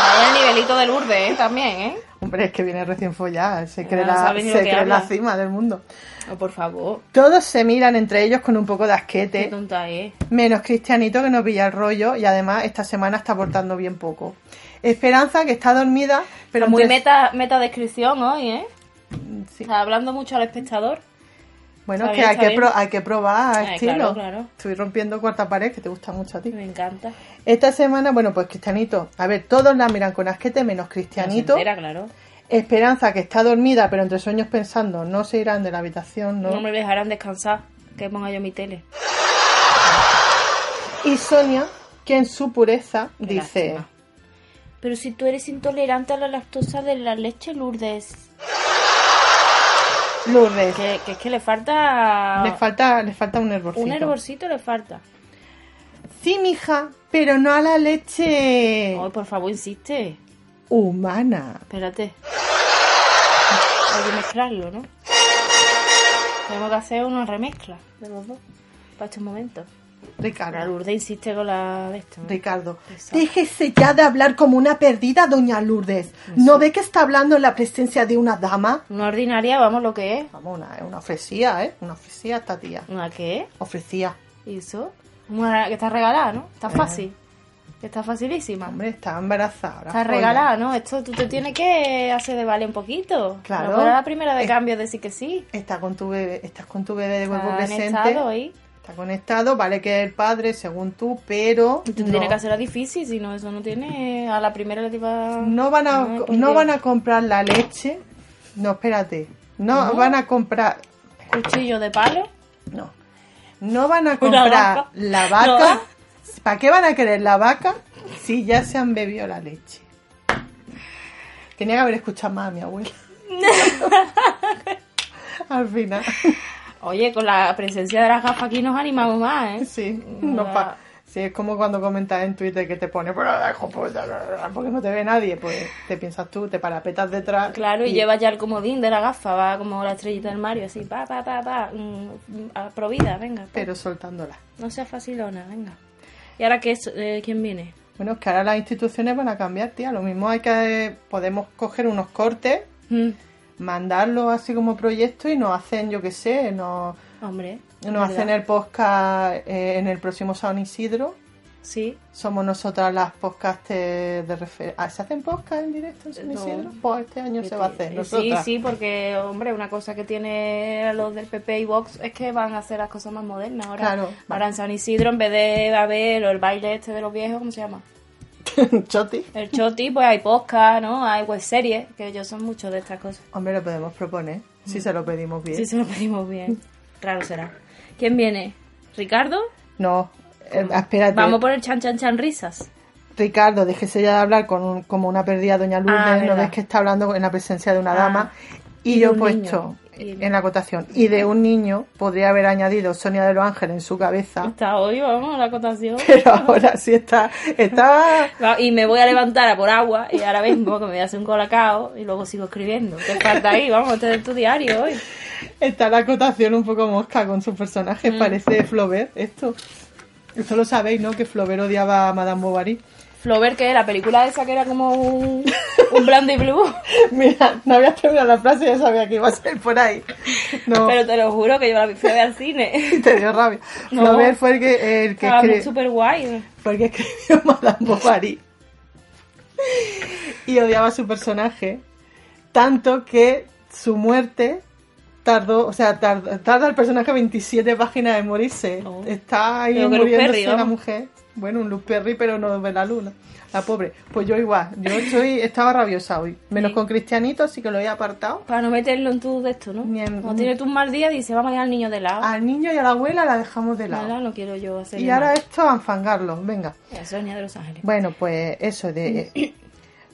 Speaker 2: Vaya el nivelito de Lourdes, ¿eh? También, ¿eh?
Speaker 1: Hombre, es que viene recién follada, se cree,
Speaker 2: no
Speaker 1: la,
Speaker 2: sabe ni
Speaker 1: se
Speaker 2: lo que
Speaker 1: cree la
Speaker 2: habla.
Speaker 1: cima del mundo.
Speaker 2: Oh, por favor.
Speaker 1: Todos se miran entre ellos con un poco de
Speaker 2: Qué
Speaker 1: asquete,
Speaker 2: tonta es.
Speaker 1: menos Cristianito que no pilla el rollo y además esta semana está portando bien poco. Esperanza que está dormida, pero
Speaker 2: Muy
Speaker 1: muy... des-
Speaker 2: meta, meta descripción hoy, ¿eh?
Speaker 1: Sí.
Speaker 2: Está hablando mucho al espectador.
Speaker 1: Bueno,
Speaker 2: está
Speaker 1: es que
Speaker 2: bien,
Speaker 1: hay
Speaker 2: está
Speaker 1: que,
Speaker 2: bien.
Speaker 1: pro- hay que probar
Speaker 2: Ay,
Speaker 1: estilo.
Speaker 2: claro, claro.
Speaker 1: Estoy rompiendo cuarta pared, que te gusta mucho a ti.
Speaker 2: Me encanta.
Speaker 1: Esta semana, bueno, pues Cristianito, a ver, todos la miran con asquete menos Cristianito.
Speaker 2: Era claro.
Speaker 1: Esperanza, que está dormida, pero entre sueños pensando, no se irán de la habitación, ¿no?
Speaker 2: No me dejarán descansar. Que ponga yo mi tele.
Speaker 1: Y Sonia, que en su pureza
Speaker 2: Qué
Speaker 1: dice,
Speaker 2: lástima. Pero si tú eres intolerante a la lactosa de la leche, Lourdes.
Speaker 1: Lourdes,
Speaker 2: Que, que es que le falta.
Speaker 1: le falta, le falta un hervorcito.
Speaker 2: un hervorcito le falta.
Speaker 1: Sí, mija, pero no a la leche
Speaker 2: Ay, por favor, insiste.
Speaker 1: humana.
Speaker 2: Espérate. Hay que mezclarlo, ¿no? Tenemos que hacer una remezcla de los dos. Para estos momentos. La
Speaker 1: Ricardo,
Speaker 2: Lourdes insiste con la de esto. ¿no?
Speaker 1: Ricardo,
Speaker 2: Exacto.
Speaker 1: déjese ya de hablar como una perdida, doña Lourdes. ¿No ve que está hablando en la presencia de una dama?
Speaker 2: Una ordinaria, vamos, lo que es.
Speaker 1: Vamos, una, una ofrecía, ¿eh? Una ofrecía esta tía.
Speaker 2: ¿Una qué es?
Speaker 1: Ofrecía.
Speaker 2: ¿Y eso? Una que está regalada, ¿no? Está fácil. Está facilísima.
Speaker 1: Eh. Hombre, está embarazada. ahora
Speaker 2: Está
Speaker 1: folla.
Speaker 2: regalada, ¿no? Esto tú te tienes que hacer de vale un poquito.
Speaker 1: Claro.
Speaker 2: No fuera la primera de
Speaker 1: Es-
Speaker 2: cambio decir que sí.
Speaker 1: Está con tu bebé, estás con tu bebé de cuerpo
Speaker 2: Está en
Speaker 1: presente.
Speaker 2: estado ahí.
Speaker 1: Está conectado, vale que es el padre, según tú, pero
Speaker 2: Y Tú
Speaker 1: no,
Speaker 2: tienes que hacerla difícil, si no, eso no tiene... A la primera le va...
Speaker 1: no van a
Speaker 2: Ay, por
Speaker 1: no
Speaker 2: Dios.
Speaker 1: van a comprar la leche. No, espérate. No, van a comprar
Speaker 2: Cuchillo de palo.
Speaker 1: no. No van a
Speaker 2: Una
Speaker 1: comprar
Speaker 2: vaca.
Speaker 1: la vaca.
Speaker 2: No.
Speaker 1: ¿Para qué van a querer la vaca si ya se han bebido la leche? Tenía que haber escuchado más a mi abuela. Al final.
Speaker 2: Oye, con la presencia de las gafas aquí nos animamos más, ¿eh?
Speaker 1: Sí, no
Speaker 2: Ah.
Speaker 1: pa- sí, es como cuando comentas en Twitter que te pone "Pero, hijo pues, puta, bla, bla, bla", porque no te ve nadie, pues te piensas tú, te parapetas detrás.
Speaker 2: Claro, y, lleva ya el comodín de la gafa, va como la estrellita del Mario, así, pa, pa, pa, pa, mm, mm, a provida, venga. pa.
Speaker 1: Pero soltándola.
Speaker 2: No seas facilona, venga. ¿Y ahora qué es, eh, quién viene?
Speaker 1: Bueno, es que ahora las instituciones van a cambiar, tía. Lo mismo hay que. eh, Podemos coger unos cortes,
Speaker 2: Mm,
Speaker 1: mandarlos así como proyecto y nos hacen, yo qué sé, nos,
Speaker 2: hombre.
Speaker 1: nos hacen el podcast eh, en el próximo San Isidro.
Speaker 2: Sí.
Speaker 1: Somos nosotras las podcasts de refer... ah, ¿Se hacen podcast en directo en San
Speaker 2: No.
Speaker 1: Isidro? Pues este año se va a hacer.
Speaker 2: Eh,
Speaker 1: Nosotras.
Speaker 2: Sí, sí, porque, hombre, una cosa que tiene los del PP y Vox es que van a hacer las cosas más modernas ahora.
Speaker 1: Claro.
Speaker 2: Ahora en San Isidro, en vez de haber el baile este de los viejos, ¿cómo se llama?
Speaker 1: Choti.
Speaker 2: El choti, pues hay podcast, ¿no? Hay web series, que yo son mucho de estas cosas.
Speaker 1: Hombre, lo podemos proponer, si se lo pedimos bien.
Speaker 2: Mm. Sí, se lo pedimos bien. Claro será. ¿Quién viene? ¿Ricardo?
Speaker 1: No, eh, espérate.
Speaker 2: Vamos por el chan chan chan risas.
Speaker 1: Ricardo, déjese ya de hablar con un- como una perdida doña Lourdes,
Speaker 2: Ah,
Speaker 1: no
Speaker 2: verdad.
Speaker 1: ves que está hablando en la presencia de una
Speaker 2: Ah.
Speaker 1: dama. Y,
Speaker 2: Y
Speaker 1: yo he
Speaker 2: un niño.
Speaker 1: puesto
Speaker 2: Y-
Speaker 1: en la acotación, y de un niño podría haber añadido Sonia de los Ángeles en su cabeza,
Speaker 2: Está hoy, vamos, la acotación.
Speaker 1: pero ahora sí está, está,
Speaker 2: Va, Y me voy a levantar a por agua y ahora mismo que me voy a hacer un colacao y luego sigo escribiendo. ¿Qué falta ahí? Vamos, este es tu diario hoy.
Speaker 1: está la acotación un poco mosca con su
Speaker 2: Mm.
Speaker 1: personaje, parece Flaubert esto. Esto lo sabéis, ¿no? Que Flaubert odiaba a Madame Bovary.
Speaker 2: Flover, que la película esa que era como un, un Brandy Blue.
Speaker 1: Mira, no habías terminado la frase y ya sabía que iba a ser por ahí. No,
Speaker 2: Pero te lo juro que yo la fui a ver al cine.
Speaker 1: te dio rabia.
Speaker 2: No.
Speaker 1: Flaubert fue el que, el que
Speaker 2: Estaba
Speaker 1: escri-
Speaker 2: súper guay.
Speaker 1: fue el que escribió Madame Bovary. Y odiaba a su personaje. Tanto que su muerte tardó, o sea, tard- tarda, el personaje 27 páginas en morirse.
Speaker 2: Oh.
Speaker 1: Está ahí
Speaker 2: Pero que Luz Perry,
Speaker 1: muriéndose la
Speaker 2: vamos.
Speaker 1: mujer. Bueno, un Luz Perry, pero no de la luna. La pobre. Pues yo igual. Yo soy, estaba rabiosa hoy. Menos
Speaker 2: Sí.
Speaker 1: con Cristianito, así que lo he apartado.
Speaker 2: Para no meterlo en tu de esto, ¿no?
Speaker 1: Ni en-
Speaker 2: Cuando tiene tú un mal día, dice, vamos a dejar al niño de lado.
Speaker 1: Al niño y a la abuela la dejamos Ah, de
Speaker 2: Nada,
Speaker 1: lado.
Speaker 2: no quiero yo hacer
Speaker 1: Y ahora esto a enfangarlos. Venga.
Speaker 2: Sonia de Los Ángeles.
Speaker 1: Bueno, pues eso de.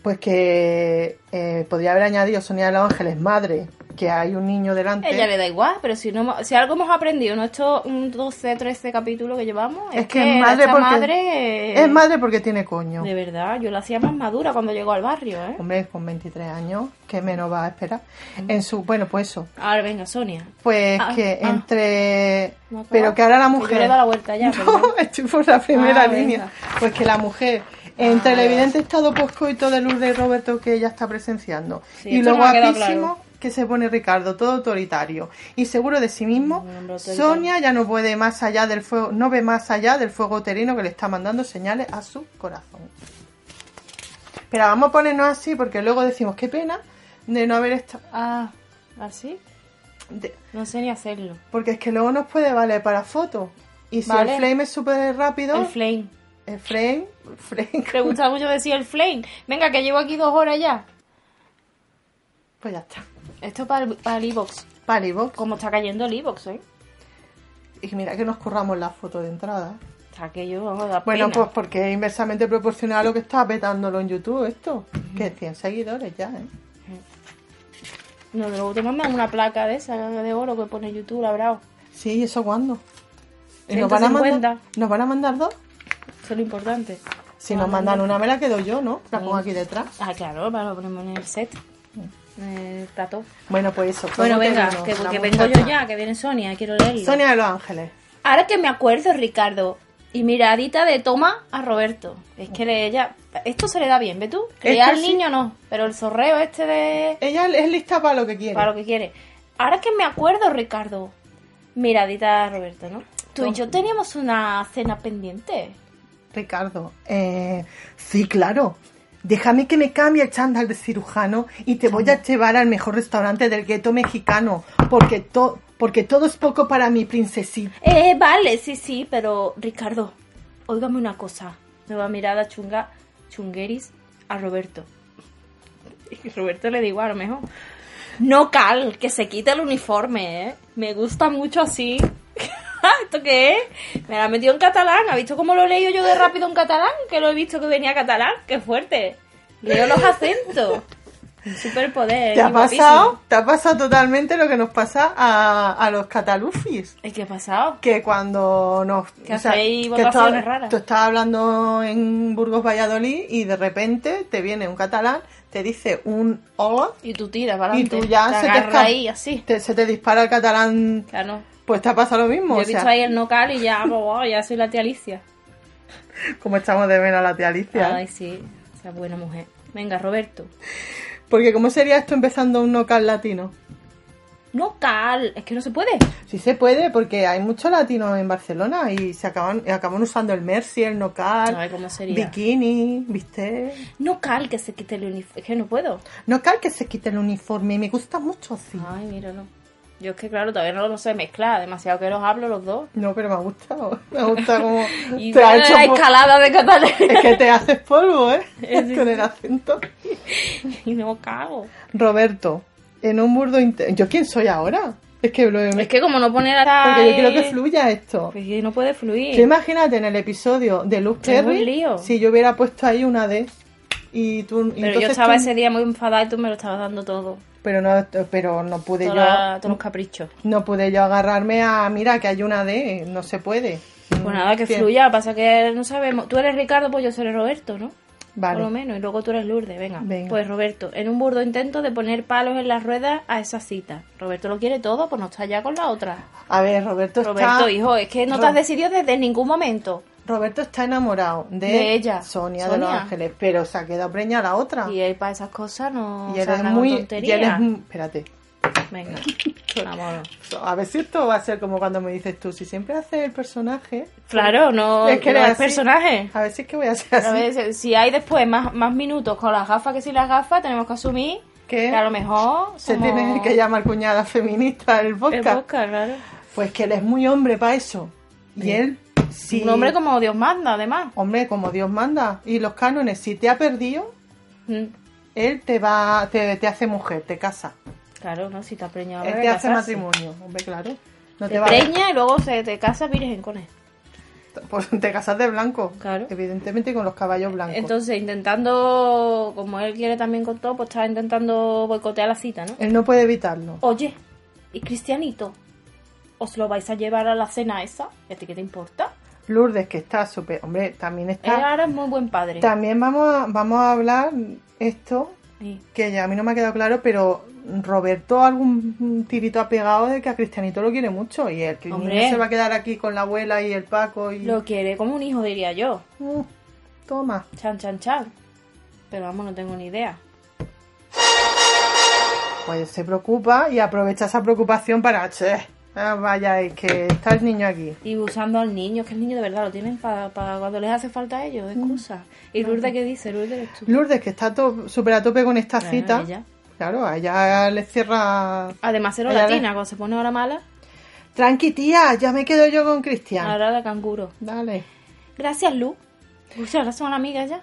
Speaker 1: Pues que eh, podría haber añadido Sonia de los Ángeles, madre, que hay un niño delante.
Speaker 2: Ella le da igual, pero si no hemos- si algo hemos aprendido en estos mm, 12, 13 capítulos que llevamos, es,
Speaker 1: Es que es madre
Speaker 2: esta
Speaker 1: porque-
Speaker 2: madre,
Speaker 1: Es madre porque tiene coño.
Speaker 2: De verdad, yo la hacía más madura cuando llegó al barrio, ¿eh?
Speaker 1: Hombre, con 23 años, ¿qué menos va a esperar? En su, bueno, pues eso.
Speaker 2: Ahora venga, Sonia.
Speaker 1: Pues
Speaker 2: Ah,
Speaker 1: que
Speaker 2: ah.
Speaker 1: entre.
Speaker 2: No acaba.
Speaker 1: Pero que ahora la
Speaker 2: Que yo
Speaker 1: mujer.
Speaker 2: le he dado la vuelta ya,
Speaker 1: No,
Speaker 2: perdón.
Speaker 1: estoy por la primera
Speaker 2: Ah, venga.
Speaker 1: línea. Pues que la mujer. Entre el evidente estado poscoito de Lourdes y Roberto que ella está presenciando
Speaker 2: Sí,
Speaker 1: y
Speaker 2: esto
Speaker 1: lo
Speaker 2: no me ha quedado
Speaker 1: guapísimo
Speaker 2: claro.
Speaker 1: que se pone Ricardo, todo autoritario y seguro de sí mismo,
Speaker 2: Un Mm, hombre autoritario.
Speaker 1: Sonia ya no puede más allá del fuego, no ve más allá del fuego uterino que le está mandando señales a su corazón. Pero vamos a ponernos así porque luego decimos qué pena de no haber estado,
Speaker 2: Ah, ¿así?
Speaker 1: de-
Speaker 2: No sé ni hacerlo.
Speaker 1: porque es que luego nos puede valer para fotos y si
Speaker 2: Vale.
Speaker 1: el flame es súper rápido,
Speaker 2: El flame.
Speaker 1: el frame, frame,
Speaker 2: Te gusta mucho decir el flame. Venga, que llevo aquí dos horas ya.
Speaker 1: pues ya está.
Speaker 2: Esto para el, para el iVoox.
Speaker 1: Vale, y vos,
Speaker 2: Como está cayendo el iVoox, ¿eh?
Speaker 1: y mira que nos curramos la foto de entrada. ¿eh?
Speaker 2: Está que yo vamos, da
Speaker 1: Bueno,
Speaker 2: pena.
Speaker 1: pues porque es inversamente proporcional a lo que está petándolo en YouTube esto. Que 100 seguidores ya, ¿eh?
Speaker 2: No, luego te mandan una placa de esa de oro que pone YouTube, labrado.
Speaker 1: Sí, ¿y eso cuándo? ¿Y ¿Nos van, a mandar,
Speaker 2: 150.
Speaker 1: ¿Nos van a mandar dos?
Speaker 2: Eso es lo importante.
Speaker 1: Si nos mandan una, me la quedo yo, ¿no? La pongo
Speaker 2: Sí.
Speaker 1: aquí detrás.
Speaker 2: Ah, claro, para lo ponemos en el set. Eh, En el plató.
Speaker 1: Mm. Bueno, pues eso.
Speaker 2: Bueno,
Speaker 1: Fuego
Speaker 2: venga,
Speaker 1: Uterino,
Speaker 2: que,
Speaker 1: la
Speaker 2: que vengo yo
Speaker 1: muchacha.
Speaker 2: ya, que viene Sonia, quiero leerlo.
Speaker 1: Sonia de Los Ángeles.
Speaker 2: Ahora que me acuerdo, Ricardo, y miradita de toma a Roberto. Es que le- ella. Esto se le da bien, ¿ve tú? Que
Speaker 1: Esto
Speaker 2: al
Speaker 1: sí.
Speaker 2: niño no, pero el zorreo este de.
Speaker 1: Ella es lista para lo que quiere.
Speaker 2: para lo que quiere. Ahora que me acuerdo, Ricardo, miradita a Roberto, ¿no? Tú y yo teníamos una cena pendiente.
Speaker 1: Ricardo, eh, sí, claro. Déjame que me cambie el chándal de cirujano y te voy a llevar al mejor restaurante del gueto mexicano, porque, to- porque todo es poco para mi princesita.
Speaker 2: Eh, vale, sí, sí, pero Ricardo, óigame una cosa. Nueva mirada chunga, chungueris a Roberto. Y Roberto le da igual, a lo mejor. No, Cal, que se quite el uniforme, ¿eh? Me gusta mucho así. ¿Esto qué es? Me la metió en catalán. ¿Ha visto cómo lo he leído yo de rápido en catalán? Que lo he visto que venía catalán. ¡Qué fuerte! Leo los acentos. Un superpoder.
Speaker 1: ¿Te ha
Speaker 2: y Eh, guapísimo.
Speaker 1: pasado? ¿Te ha pasado totalmente lo que nos pasa a, a los catalufis?
Speaker 2: ¿Eh, ¿Qué ha pasado?
Speaker 1: Que cuando nos...
Speaker 2: Que hacéis votaciones
Speaker 1: tú-
Speaker 2: raras.
Speaker 1: Tú estás hablando en Burgos Valladolid y de repente te viene un catalán, te dice un hola
Speaker 2: Y tú tiras para
Speaker 1: y
Speaker 2: adelante.
Speaker 1: tú ya
Speaker 2: Te
Speaker 1: se te,
Speaker 2: agarra
Speaker 1: esca-
Speaker 2: ahí, así.
Speaker 1: te- se te dispara el catalán
Speaker 2: Claro.
Speaker 1: Pues te ha pasado lo mismo.
Speaker 2: Yo
Speaker 1: o
Speaker 2: he visto
Speaker 1: sea,
Speaker 2: ahí el nocal y ya, pues, wow, ya soy la tía Alicia.
Speaker 1: Como estamos de ver a la tía Alicia.
Speaker 2: Ay, sí, esa buena mujer. Venga, Roberto.
Speaker 1: Porque ¿cómo sería esto empezando un local latino?
Speaker 2: Nocal, es que no se puede.
Speaker 1: Sí se puede, porque hay muchos latinos en Barcelona y se acaban, y acaban usando el Mercy, el Nocal,
Speaker 2: Ay, ¿cómo sería?
Speaker 1: Bikini, ¿viste?
Speaker 2: Nocal, que se quite el uniforme. Es que no puedo.
Speaker 1: Nocal que se quite el uniforme, me gusta mucho así.
Speaker 2: Ay, míralo. Yo es que, claro, todavía no lo sé mezclar. Demasiado que los hablo los dos.
Speaker 1: No, pero me ha gustado. Me gusta como
Speaker 2: Y
Speaker 1: te ha
Speaker 2: viene
Speaker 1: hecho
Speaker 2: la
Speaker 1: po-
Speaker 2: escalada de
Speaker 1: Es
Speaker 2: catalán.
Speaker 1: que te haces polvo, ¿eh?
Speaker 2: Sí,
Speaker 1: Con
Speaker 2: sí.
Speaker 1: el acento.
Speaker 2: y no cago.
Speaker 1: Roberto, en un burdo... inte- ¿Yo quién soy ahora? Es que lo he
Speaker 2: Es que como no poner a...
Speaker 1: Porque yo quiero que fluya esto.
Speaker 2: Pues que no puede fluir.
Speaker 1: Tú imagínate en el episodio de Luz
Speaker 2: Tengo un
Speaker 1: Perry
Speaker 2: lío.
Speaker 1: si yo hubiera puesto ahí una D y tú y
Speaker 2: Pero yo
Speaker 1: entonces
Speaker 2: estaba
Speaker 1: tú-
Speaker 2: ese día muy enfadada y tú me lo estabas dando todo.
Speaker 1: pero no pero no pude
Speaker 2: Toda
Speaker 1: yo
Speaker 2: la- todos los caprichos.
Speaker 1: no pude yo agarrarme a mira que hay una D no se puede
Speaker 2: Pues nada, que
Speaker 1: Bien.
Speaker 2: fluya, pasa que no sabemos. Tú eres Ricardo, pues yo seré Roberto, ¿no? Por lo
Speaker 1: vale
Speaker 2: menos, y luego tú eres Lourdes, venga.
Speaker 1: Venga.
Speaker 2: Pues Roberto, en un burdo intento de poner palos en las ruedas a esa cita. Roberto lo quiere todo, pues no está ya con la otra.
Speaker 1: a ver Roberto está
Speaker 2: Roberto, hijo, es que no te
Speaker 1: Ro-
Speaker 2: has decidido desde ningún momento.
Speaker 1: Roberto está enamorado de,
Speaker 2: De ella,
Speaker 1: Sonia, de
Speaker 2: Sonia.
Speaker 1: Los Ángeles, pero se ha quedado preñada la otra.
Speaker 2: Y él para esas cosas no
Speaker 1: Y
Speaker 2: se
Speaker 1: eres
Speaker 2: anda con
Speaker 1: muy. Y
Speaker 2: tonterías.
Speaker 1: eres, mu- espérate.
Speaker 2: Venga, vámonos.
Speaker 1: A ver si esto va a ser como cuando me dices tú, si siempre haces el personaje.
Speaker 2: Claro, no
Speaker 1: Es que
Speaker 2: no
Speaker 1: eres
Speaker 2: es
Speaker 1: así.
Speaker 2: personaje.
Speaker 1: A ver si es que voy a ser así.
Speaker 2: A ver, si hay después más, más minutos con las gafas que sin las gafas, tenemos que asumir
Speaker 1: ¿Qué?
Speaker 2: que a lo mejor
Speaker 1: Se
Speaker 2: somos-
Speaker 1: tiene que llamar cuñada feminista el
Speaker 2: El
Speaker 1: podcast.
Speaker 2: podcast, claro.
Speaker 1: Pues que él es muy hombre para eso. Y él, si.
Speaker 2: Un hombre como Dios manda, además.
Speaker 1: Hombre, como Dios manda. Y los cánones, si te ha perdido,
Speaker 2: Mm,
Speaker 1: él te va te, te hace mujer, te casa.
Speaker 2: Claro, no, si te has preñado.
Speaker 1: él te
Speaker 2: habrá que
Speaker 1: hace
Speaker 2: casarse.
Speaker 1: matrimonio. Hombre, claro. No te,
Speaker 2: te
Speaker 1: va
Speaker 2: preña y luego se te casa virgen con él.
Speaker 1: Pues te casas de blanco.
Speaker 2: Claro.
Speaker 1: Evidentemente con los caballos blancos.
Speaker 2: Entonces, intentando, como él quiere también con todo, pues está intentando boicotear la cita, ¿no?
Speaker 1: él no puede evitarlo.
Speaker 2: Oye, ¿y Cristianito? ¿Os lo vais a llevar a la cena esa? ¿Y a ti qué te importa?
Speaker 1: Lourdes, que está súper. Hombre, también
Speaker 2: Él
Speaker 1: está.
Speaker 2: ahora es muy buen padre.
Speaker 1: También vamos a, vamos a hablar esto,
Speaker 2: Sí.
Speaker 1: que ya a mí no me ha quedado claro, pero Roberto algún tirito ha pegado de que a Cristianito lo quiere mucho y él que el
Speaker 2: Hombre.
Speaker 1: niño se va a quedar aquí con la abuela y el Paco y...
Speaker 2: Lo quiere como un hijo, diría yo.
Speaker 1: Mm, toma.
Speaker 2: Chan, chan, chan. Pero vamos, no tengo ni idea.
Speaker 1: Pues se preocupa y aprovecha esa preocupación para... Che, ah, vaya, es que está el niño aquí.
Speaker 2: Y usando al niño, es que el niño de verdad lo tienen para cuando les hace falta a ellos, de
Speaker 1: Mm.
Speaker 2: excusa. ¿Y Lourdes qué dice? Lourdes eres tú.
Speaker 1: Lourdes, que está to- súper a tope con esta
Speaker 2: Claro,
Speaker 1: cita.
Speaker 2: ella.
Speaker 1: Claro, a ella le cierra...
Speaker 2: Además, cero
Speaker 1: Ella le-
Speaker 2: latina, cuando se pone ahora mala,
Speaker 1: Tranqui, tía, ya me quedo yo con Cristian.
Speaker 2: ahora la canguro.
Speaker 1: Dale.
Speaker 2: Gracias, Lu. Pues ahora son amigas ya.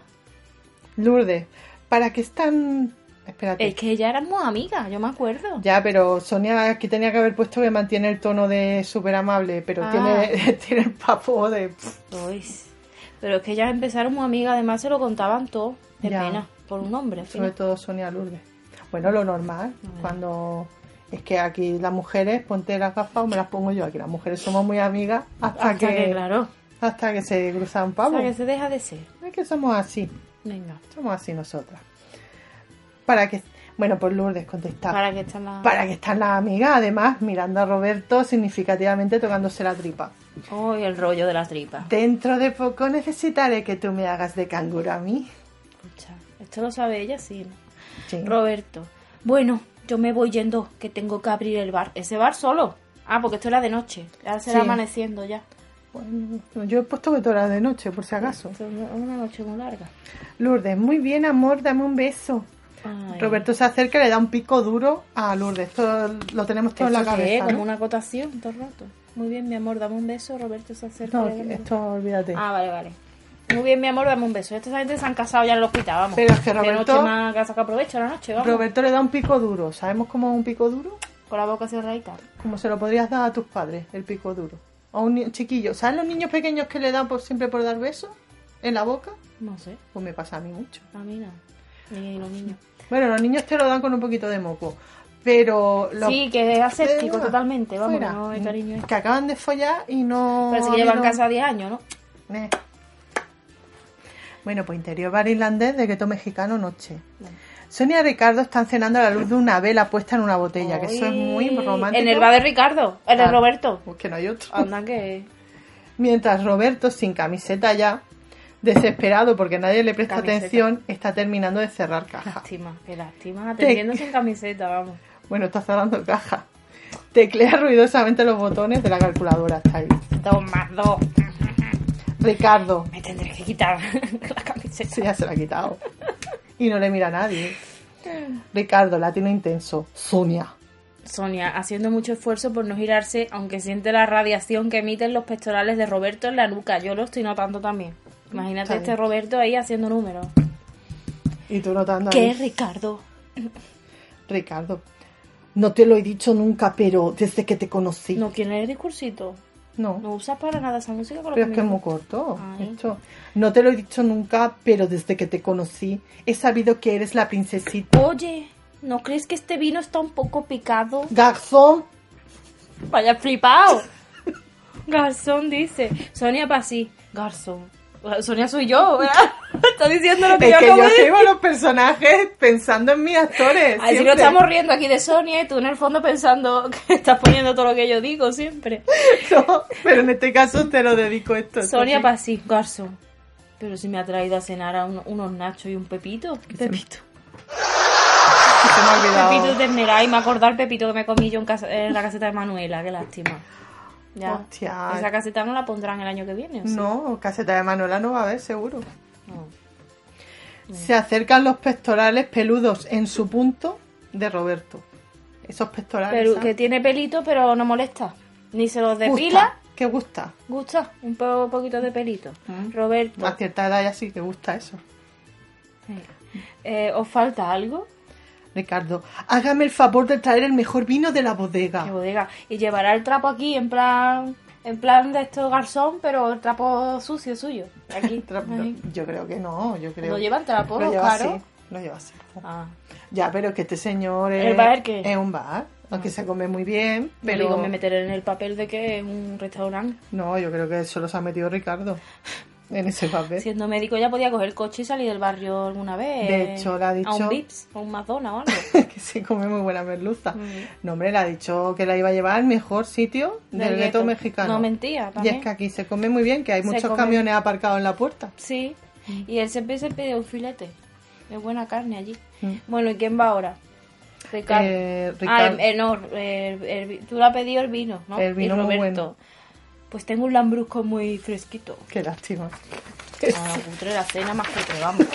Speaker 1: Lourdes, ¿para qué están...? Espérate.
Speaker 2: Es que ella era muy amiga, yo me acuerdo.
Speaker 1: Ya, pero Sonia aquí tenía que haber puesto que mantiene el tono de súper amable, pero
Speaker 2: Ah.
Speaker 1: tiene, tiene el papo de... pff,
Speaker 2: Uy, Pero es que ellas empezaron muy amigas, además se lo contaban todo. De
Speaker 1: Ya.
Speaker 2: pena, por un hombre. al
Speaker 1: sobre
Speaker 2: final.
Speaker 1: todo Sonia Lourdes. Bueno, lo normal, cuando... Es que aquí las mujeres, ponte las gafas o me las pongo yo. Aquí las mujeres somos muy amigas hasta,
Speaker 2: Hasta
Speaker 1: que,
Speaker 2: que, claro.
Speaker 1: hasta que se cruzan
Speaker 2: Hasta
Speaker 1: pavos.
Speaker 2: que se deja de ser.
Speaker 1: Es que somos así,
Speaker 2: Venga.
Speaker 1: somos así nosotras. Para que... Bueno, pues Lourdes contesta.
Speaker 2: Para que están las.
Speaker 1: Para que están las amigas, además, mirando a Roberto significativamente tocándose la tripa.
Speaker 2: Oh, el rollo de la tripa.
Speaker 1: Dentro de poco necesitaré que tú me hagas de canguro a mí.
Speaker 2: Escucha, esto lo sabe ella, sí. ¿no?
Speaker 1: Sí.
Speaker 2: Roberto. Bueno, yo me voy yendo, que tengo que abrir el bar. Ese bar solo. Ah, porque esto era de noche. Ahora será
Speaker 1: Sí.
Speaker 2: amaneciendo ya.
Speaker 1: Bueno, yo he puesto que tú eras de noche, por si acaso.
Speaker 2: Esto es una una noche muy larga.
Speaker 1: Lourdes, muy bien, amor, dame un beso.
Speaker 2: Ay.
Speaker 1: Roberto se acerca y le da un pico duro a Lourdes. Esto lo tenemos todo en la
Speaker 2: ¿Esto qué es?
Speaker 1: cabeza.
Speaker 2: Como
Speaker 1: ¿no?
Speaker 2: una acotación todo el rato. Muy bien, mi amor, dame un beso. Roberto se acerca.
Speaker 1: No,
Speaker 2: le da un beso.
Speaker 1: esto olvídate.
Speaker 2: Ah, vale, vale. Muy bien, mi amor, dame un beso. Esta gente se han casado ya en el hospital, vamos.
Speaker 1: Pero es que
Speaker 2: Qué
Speaker 1: Roberto-
Speaker 2: noche más casa que aprovecha la noche, vamos.
Speaker 1: Roberto le da un pico duro. ¿Sabemos cómo es un pico duro?
Speaker 2: Con la boca cerrada y tal.
Speaker 1: Como se lo podrías dar a tus padres, el pico duro. A un ni- chiquillo. ¿Sabes los niños pequeños que le dan por siempre por dar besos en la boca?
Speaker 2: No sé,
Speaker 1: Pues me pasa a mí mucho.
Speaker 2: a mí no. Ni los niños.
Speaker 1: Bueno, los niños te lo dan con un poquito de moco. Pero los
Speaker 2: Sí, que es aséptico
Speaker 1: Fuera.
Speaker 2: totalmente, vamos,
Speaker 1: Fuera.
Speaker 2: no hay cariño. ahí.
Speaker 1: Que acaban de follar y no.
Speaker 2: Parece
Speaker 1: ha
Speaker 2: que llevan
Speaker 1: habido-
Speaker 2: casa 10 años, ¿no?
Speaker 1: Eh. Bueno, pues interior bar irlandés de gueto mexicano noche. Sonia y Ricardo están cenando a la luz de una vela puesta en una botella, que eso es muy
Speaker 2: Uy,
Speaker 1: romántico.
Speaker 2: En el bar de Ricardo, en el de
Speaker 1: Claro.
Speaker 2: Roberto.
Speaker 1: Pues que no hay otro.
Speaker 2: Anda que...
Speaker 1: Mientras Roberto, sin camiseta ya, desesperado porque nadie le presta
Speaker 2: Camiseta.
Speaker 1: atención, está terminando de cerrar caja.
Speaker 2: Lástima, qué lástima. Atendiendo sin camiseta, vamos.
Speaker 1: Bueno, está cerrando caja. Teclea ruidosamente los botones de la calculadora. Está ahí.
Speaker 2: Dos más dos.
Speaker 1: Ricardo,
Speaker 2: Me tendré que quitar la camiseta.
Speaker 1: Sí, ya se la ha quitado. Y no le mira a nadie. Ricardo, latino intenso. Sonia.
Speaker 2: Sonia, haciendo mucho esfuerzo por no girarse, aunque siente la radiación que emiten los pectorales de Roberto en la nuca. Yo lo estoy notando también. Imagínate
Speaker 1: Está
Speaker 2: este
Speaker 1: bien.
Speaker 2: Roberto ahí haciendo números.
Speaker 1: Y tú notando ahí,
Speaker 2: ¿Qué, Ricardo?
Speaker 1: Ricardo. No te lo he dicho nunca, pero desde que te conocí.
Speaker 2: No quién el discursito.
Speaker 1: No.
Speaker 2: No usas para nada esa música con lo
Speaker 1: Pero es
Speaker 2: que
Speaker 1: que es
Speaker 2: me-
Speaker 1: muy corto
Speaker 2: Ay.
Speaker 1: esto. No te lo he dicho nunca, pero desde que te conocí he sabido que eres la princesita.
Speaker 2: Oye, ¿no crees que este vino está un poco picado?
Speaker 1: Garzón.
Speaker 2: Vaya flipado. Garzón dice. Sonia Pasí. Garzón. Sonia soy yo, ¿verdad? Está diciendo lo que
Speaker 1: Es
Speaker 2: yo
Speaker 1: que
Speaker 2: acabo
Speaker 1: yo
Speaker 2: de
Speaker 1: escribo los personajes pensando en mis actores.
Speaker 2: Así
Speaker 1: siempre.
Speaker 2: nos estamos riendo aquí de Sonia y tú en el fondo pensando que estás poniendo todo lo que yo digo siempre.
Speaker 1: No, pero en este caso te lo dedico esto. Pues esto
Speaker 2: Sonia
Speaker 1: sí.
Speaker 2: Pasín Garzón. Pero si me ha traído a cenar a un- unos nachos y un pepito. Pepito.
Speaker 1: Que se me ha
Speaker 2: Pepito
Speaker 1: olvidado.
Speaker 2: de Esmeralda. Y me acordar el pepito que me comí yo en, casa- en la caseta de Manuela. Qué lástima. Ya.
Speaker 1: Hostia.
Speaker 2: Esa caseta no la pondrán el año que viene. ¿o sí?
Speaker 1: No, caseta de Manuela no va a haber, seguro.
Speaker 2: No.
Speaker 1: Se acercan los pectorales peludos en su punto de Roberto. Esos pectorales.
Speaker 2: Pero
Speaker 1: ¿sabes?
Speaker 2: que tiene pelito, pero no molesta. Ni se los
Speaker 1: Gusta,
Speaker 2: depila.
Speaker 1: Que gusta.
Speaker 2: Gusta. Un po- poquito de pelito.
Speaker 1: Mm.
Speaker 2: Roberto.
Speaker 1: A cierta edad ya sí que gusta eso.
Speaker 2: eh, ¿Os falta algo?
Speaker 1: Ricardo, hágame el favor de traer el mejor vino de la bodega.
Speaker 2: Qué bodega. Y llevará el trapo aquí en plan en plan de esto garzón, pero el trapo sucio suyo. Aquí.
Speaker 1: Tra- no,
Speaker 2: Ahí.
Speaker 1: yo creo que no, yo creo.
Speaker 2: ¿No llevan trapo,
Speaker 1: Lo lleva
Speaker 2: Caro?
Speaker 1: así, lo lleva así.
Speaker 2: Ah.
Speaker 1: Ya, pero que este señor es,
Speaker 2: ¿El bar qué?
Speaker 1: es un bar, aunque se come muy bien,
Speaker 2: Pero
Speaker 1: pero...
Speaker 2: digo, me meteré en el papel de que es un restaurante.
Speaker 1: No, yo creo que solo se ha metido Ricardo en ese papel.
Speaker 2: Siendo médico ya podía coger el coche y salir del barrio alguna vez.
Speaker 1: De hecho, le ha
Speaker 2: A
Speaker 1: dicho-
Speaker 2: un Vips, a un Madonna o algo.
Speaker 1: que se come muy buena merluza. No, hombre, le ha dicho que la iba a llevar al mejor sitio del,
Speaker 2: Del
Speaker 1: gueto
Speaker 2: gueto.
Speaker 1: mexicano.
Speaker 2: No, mentira,
Speaker 1: Y
Speaker 2: también.
Speaker 1: es que aquí se come muy bien, que hay
Speaker 2: Se
Speaker 1: muchos
Speaker 2: come-
Speaker 1: camiones aparcados en la puerta.
Speaker 2: Sí. Y él siempre se pide un filete. Es buena carne allí.
Speaker 1: Mm.
Speaker 2: Bueno, ¿y quién va ahora? Ricardo.
Speaker 1: Eh,
Speaker 2: Ah,
Speaker 1: Ricardo.
Speaker 2: el- el- no, el- el- tú le has pedido el vino, ¿no?
Speaker 1: El vino
Speaker 2: y
Speaker 1: muy bueno.
Speaker 2: Roberto. Pues tengo un lambrusco muy fresquito.
Speaker 1: Qué lástima.
Speaker 2: Ah, cutre la cena más que vamos.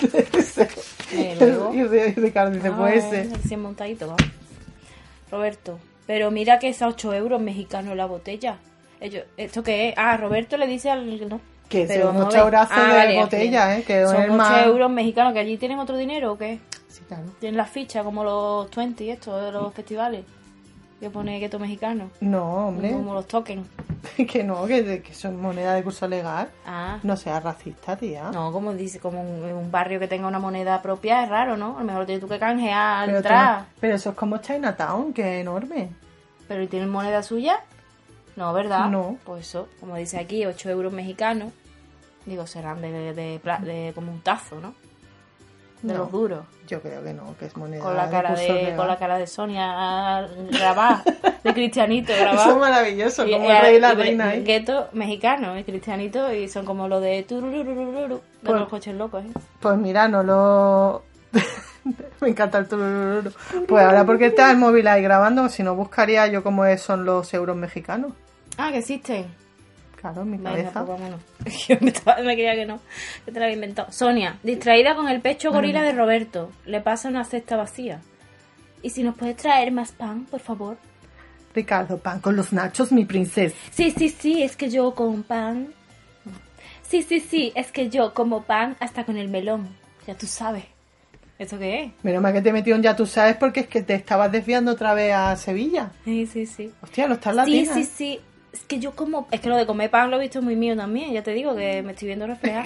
Speaker 2: Eh, Pero-
Speaker 1: y Ri- Ricardo dice,
Speaker 2: Ah,
Speaker 1: pues ese.
Speaker 2: Recién montadito, vamos. Roberto, pero mira que es a 8 euros mexicanos la botella. Ellos, ¿Esto qué es? Ah, Roberto le dice al... No.
Speaker 1: Que
Speaker 2: Pero
Speaker 1: son
Speaker 2: vamos
Speaker 1: ocho
Speaker 2: a ver. Ah,
Speaker 1: brazos de
Speaker 2: vale,
Speaker 1: botella,
Speaker 2: bien.
Speaker 1: ¿eh? Que es
Speaker 2: Son
Speaker 1: el
Speaker 2: 8
Speaker 1: más-
Speaker 2: euros mexicanos, que allí tienen otro dinero, ¿o qué?
Speaker 1: Sí, claro.
Speaker 2: Tienen las fichas como los 20, esto, de los festivales. Que pone gueto mexicano.
Speaker 1: No, hombre.
Speaker 2: Como los tokens.
Speaker 1: que no, que, que son moneda de curso legal.
Speaker 2: Ah.
Speaker 1: No seas racista, tía.
Speaker 2: No, como dice, como un, un barrio que tenga una moneda propia es raro, ¿no? A lo mejor tienes tú que canjear al
Speaker 1: pero, tú
Speaker 2: entrar.
Speaker 1: no- pero eso es como Chinatown, que es enorme.
Speaker 2: ¿Pero ¿y tienen moneda suya? No, ¿verdad?
Speaker 1: No.
Speaker 2: Pues eso, como dice aquí, 8 euros mexicanos. Digo, serán de, de, de pla- de- como un tazo, ¿no? De
Speaker 1: No.
Speaker 2: los duros.
Speaker 1: Yo creo que no, que es moneda
Speaker 2: Con la,
Speaker 1: de
Speaker 2: cara
Speaker 1: curso
Speaker 2: de,
Speaker 1: legal.
Speaker 2: con la cara de Sonia grabada, de Cristianito
Speaker 1: Eso es
Speaker 2: grabada.
Speaker 1: maravilloso,
Speaker 2: Y-
Speaker 1: como
Speaker 2: y-
Speaker 1: el rey y la
Speaker 2: y-
Speaker 1: reina ¿eh?
Speaker 2: y
Speaker 1: ahí.
Speaker 2: Gueto mexicano y cristianito y son como lo de turururururu, de
Speaker 1: Pues-
Speaker 2: los coches locos, ¿eh?
Speaker 1: Pues mira, no lo... Me encanta el tururururu. Pues ahora porque está el móvil ahí grabando, si no buscaría yo cómo es- son los euros mexicanos.
Speaker 2: Ah, que existen.
Speaker 1: Claro, en mi
Speaker 2: Venga,
Speaker 1: cabeza.
Speaker 2: pues vámonos. Yo me, estaba- me creía que no, que te la había inventado. Sonia, distraída con el pecho gorila de Roberto, le pasa una cesta vacía. ¿Y si nos puedes traer más pan, por favor?
Speaker 1: Ricardo, pan con los nachos, mi princesa.
Speaker 2: Sí, sí, sí, es que yo con pan. Sí, sí, sí, es que yo como pan hasta con el melón. Ya tú sabes. ¿Eso qué es?
Speaker 1: Menos mal que te metió un ya tú sabes porque es que te estabas desviando otra vez a Sevilla.
Speaker 2: Sí, sí, sí.
Speaker 1: Hostia, no estás
Speaker 2: Sí,
Speaker 1: latina.
Speaker 2: sí, sí. Es que yo como... Es que lo de comer pan lo he visto muy mío también. Ya te digo que me estoy viendo reflejada.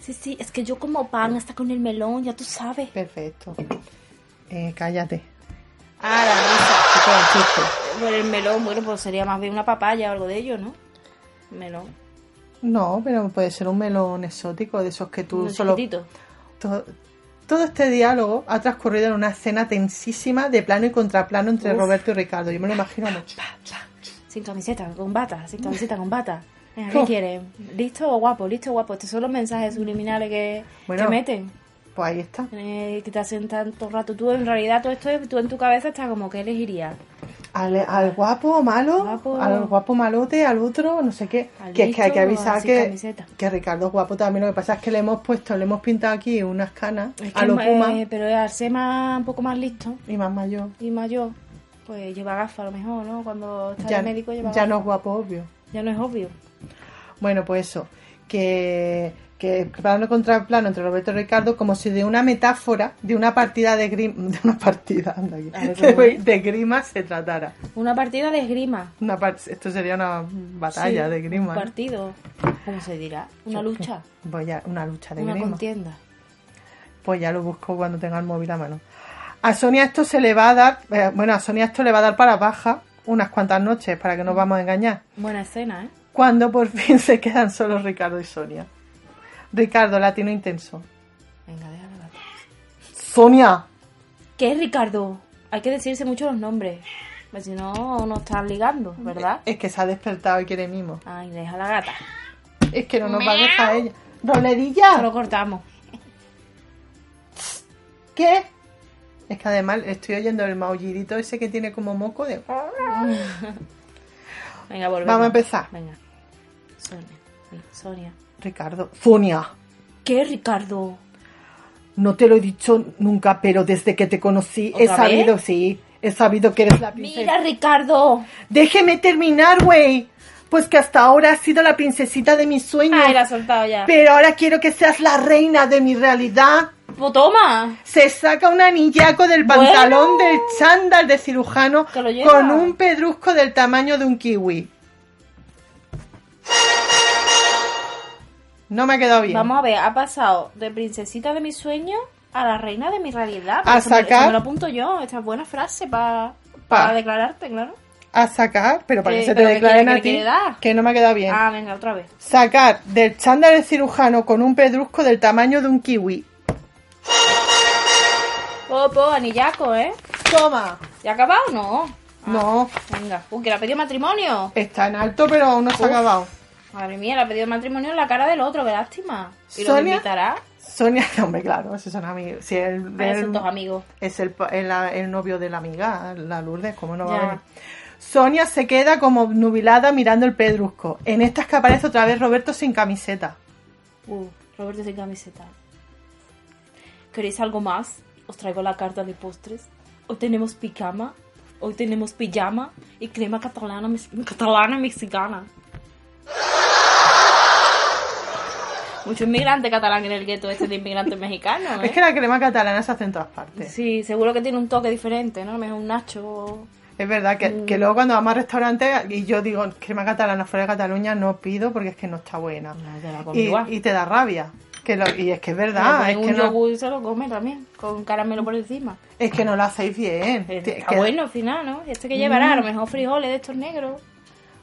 Speaker 2: Sí, sí, es que yo como pan hasta con el melón, ya tú sabes.
Speaker 1: Perfecto. Eh, cállate.
Speaker 2: Ah, la risa.
Speaker 1: Qué todo chiste.
Speaker 2: Por el melón, bueno, pues sería más bien una papaya o algo de ello, ¿no? Melón.
Speaker 1: No, pero puede ser un melón exótico de esos que tú
Speaker 2: Un
Speaker 1: solo...
Speaker 2: chiquitito.
Speaker 1: Todo, todo este diálogo ha transcurrido en una escena tensísima de plano y contraplano entre Roberto y Ricardo. Yo me lo imagino mucho.
Speaker 2: Sin camiseta, con bata, sin camiseta, con bata. Venga, ¿Qué quieres? ¿Listo o guapo? ¿Listo o guapo? Estos son los mensajes subliminales que,
Speaker 1: Bueno.
Speaker 2: que meten.
Speaker 1: Pues ahí está.
Speaker 2: Eh, que te hacen tanto rato. Tú, en realidad, todo esto, es- tú en tu cabeza está como, ¿qué elegirías?
Speaker 1: Al, al guapo malo,
Speaker 2: Guapo.
Speaker 1: al guapo malote, al otro, no sé qué.
Speaker 2: Al
Speaker 1: que es que hay que
Speaker 2: listo,
Speaker 1: avisar
Speaker 2: así,
Speaker 1: que,
Speaker 2: camiseta.
Speaker 1: que Ricardo es guapo también. Lo que pasa es que le hemos puesto, le hemos pintado aquí unas canas
Speaker 2: Es que,
Speaker 1: a lo
Speaker 2: eh,
Speaker 1: Puma
Speaker 2: pero al ser más, un poco más listo
Speaker 1: y más mayor.
Speaker 2: y mayor, pues lleva gafas a lo mejor, ¿no? Cuando está
Speaker 1: Ya,
Speaker 2: el médico lleva
Speaker 1: ya
Speaker 2: gafas.
Speaker 1: no es guapo, obvio.
Speaker 2: Ya no es obvio.
Speaker 1: Bueno, pues eso, que, que plano contra plano entre Roberto y Ricardo, como si de una metáfora, de una partida de grima, de una partida, anda aquí,
Speaker 2: A ver,
Speaker 1: de,
Speaker 2: ¿cómo es?
Speaker 1: de grima se tratara.
Speaker 2: Una partida de esgrima.
Speaker 1: Una par- esto sería una batalla
Speaker 2: Sí,
Speaker 1: de grima.
Speaker 2: Un
Speaker 1: ¿no?
Speaker 2: partido. ¿Cómo se dirá? Una lucha.
Speaker 1: Pues ya, una lucha de
Speaker 2: Una
Speaker 1: grima.
Speaker 2: contienda.
Speaker 1: Pues ya lo busco cuando tenga el móvil a mano. A Sonia esto se le va a dar, eh, bueno, a Sonia esto le va a dar para baja unas cuantas noches, para que no vamos a engañar.
Speaker 2: Buena escena, ¿eh?
Speaker 1: cuando por fin se quedan solos Ricardo y Sonia. Ricardo, latino intenso.
Speaker 2: Venga, déjalo. déjalo.
Speaker 1: Sonia.
Speaker 2: ¿Qué es Ricardo? Hay que decirse mucho los nombres. porque Si no, nos están ligando, ¿verdad?
Speaker 1: Es que se ha despertado y quiere mimo.
Speaker 2: Ay, deja la gata.
Speaker 1: Es que no nos va a dejar ella.
Speaker 2: Se
Speaker 1: ¡Rolerilla!
Speaker 2: lo cortamos.
Speaker 1: ¿Qué? Es que además estoy oyendo el maullidito ese que tiene como moco de...
Speaker 2: Venga, volvemos.
Speaker 1: Vamos a empezar.
Speaker 2: Venga. Sonia. sí, Sonia.
Speaker 1: Ricardo. Sonia.
Speaker 2: ¿Qué, Ricardo?
Speaker 1: No te lo he dicho nunca, pero desde que te conocí he
Speaker 2: ¿Otra
Speaker 1: sabido, sí, he sabido que eres la princesa.
Speaker 2: Mira, Ricardo.
Speaker 1: Déjeme terminar, güey. Pues que hasta ahora has sido la princesita de mis sueños.
Speaker 2: Ay, la ha soltado ya.
Speaker 1: pero ahora quiero que seas la reina de mi realidad.
Speaker 2: Pues toma.
Speaker 1: Se saca un anillaco del pantalón
Speaker 2: Bueno.
Speaker 1: del chándal de cirujano
Speaker 2: Que lo lleva.
Speaker 1: con un pedrusco del tamaño de un kiwi. No me ha quedado bien.
Speaker 2: Vamos a ver, ha pasado de princesita de mis sueños a la reina de mi realidad.
Speaker 1: A
Speaker 2: Eso me- eso
Speaker 1: sacar-
Speaker 2: Me lo apunto yo. Esta es buena frase para
Speaker 1: Pa.
Speaker 2: declararte, claro.
Speaker 1: A sacar, pero para
Speaker 2: Eh,
Speaker 1: que se te
Speaker 2: pero ¿qué
Speaker 1: declaren
Speaker 2: quiere-
Speaker 1: a
Speaker 2: qué
Speaker 1: ti
Speaker 2: quiere dar?
Speaker 1: que no me ha quedado bien.
Speaker 2: Ah, venga, otra vez.
Speaker 1: Sacar del chándal de cirujano con un pedrusco del tamaño de un kiwi.
Speaker 2: Popo, anillaco, ¿eh?
Speaker 1: Toma.
Speaker 2: ¿Ya ha acabado o no?
Speaker 1: No,
Speaker 2: Venga. Uy, que le ha pedido matrimonio.
Speaker 1: está en alto, pero aún no se ha
Speaker 2: Uf.
Speaker 1: acabado.
Speaker 2: Madre mía, le ha pedido matrimonio en la cara del otro, qué lástima. ¿Y lo
Speaker 1: Sonia.
Speaker 2: invitará?
Speaker 1: Sonia, no, hombre, claro, esos son amigos. Si el,
Speaker 2: Ay,
Speaker 1: el-
Speaker 2: Ah, son dos amigos.
Speaker 1: es el, pa- el, el novio de la amiga, la Lourdes, ¿cómo no va
Speaker 2: Ya.
Speaker 1: a venir? Sonia se queda como nubilada mirando el pedrusco. En estas que aparece otra vez Roberto sin camiseta.
Speaker 2: Uh, Roberto sin camiseta. ¿Queréis algo más? Os traigo la carta de postres. Hoy tenemos pijama, hoy tenemos pijama y crema catalana, mes- catalana mexicana. Mucho inmigrante catalán en el gueto este de inmigrantes mexicanos, ¿eh?
Speaker 1: Es que la crema catalana se hace en todas partes.
Speaker 2: Sí, seguro que tiene un toque diferente, ¿no? A lo mejor un nacho o-
Speaker 1: Es verdad que,
Speaker 2: Mm.
Speaker 1: que luego cuando vamos a restaurantes y yo digo crema catalana fuera de Cataluña no pido porque es que no está buena.
Speaker 2: No, te la comes
Speaker 1: Y,
Speaker 2: igual.
Speaker 1: y te da rabia. Que lo- y es que es
Speaker 2: Le
Speaker 1: verdad,
Speaker 2: ponen
Speaker 1: es
Speaker 2: un
Speaker 1: que, no,
Speaker 2: yogur y se lo come también, con caramelo por encima.
Speaker 1: es que no lo hacéis bien. Ti-
Speaker 2: Eh, Está
Speaker 1: que-
Speaker 2: bueno al final, ¿no? Y Este que llevará a lo mejor frijoles de estos negros.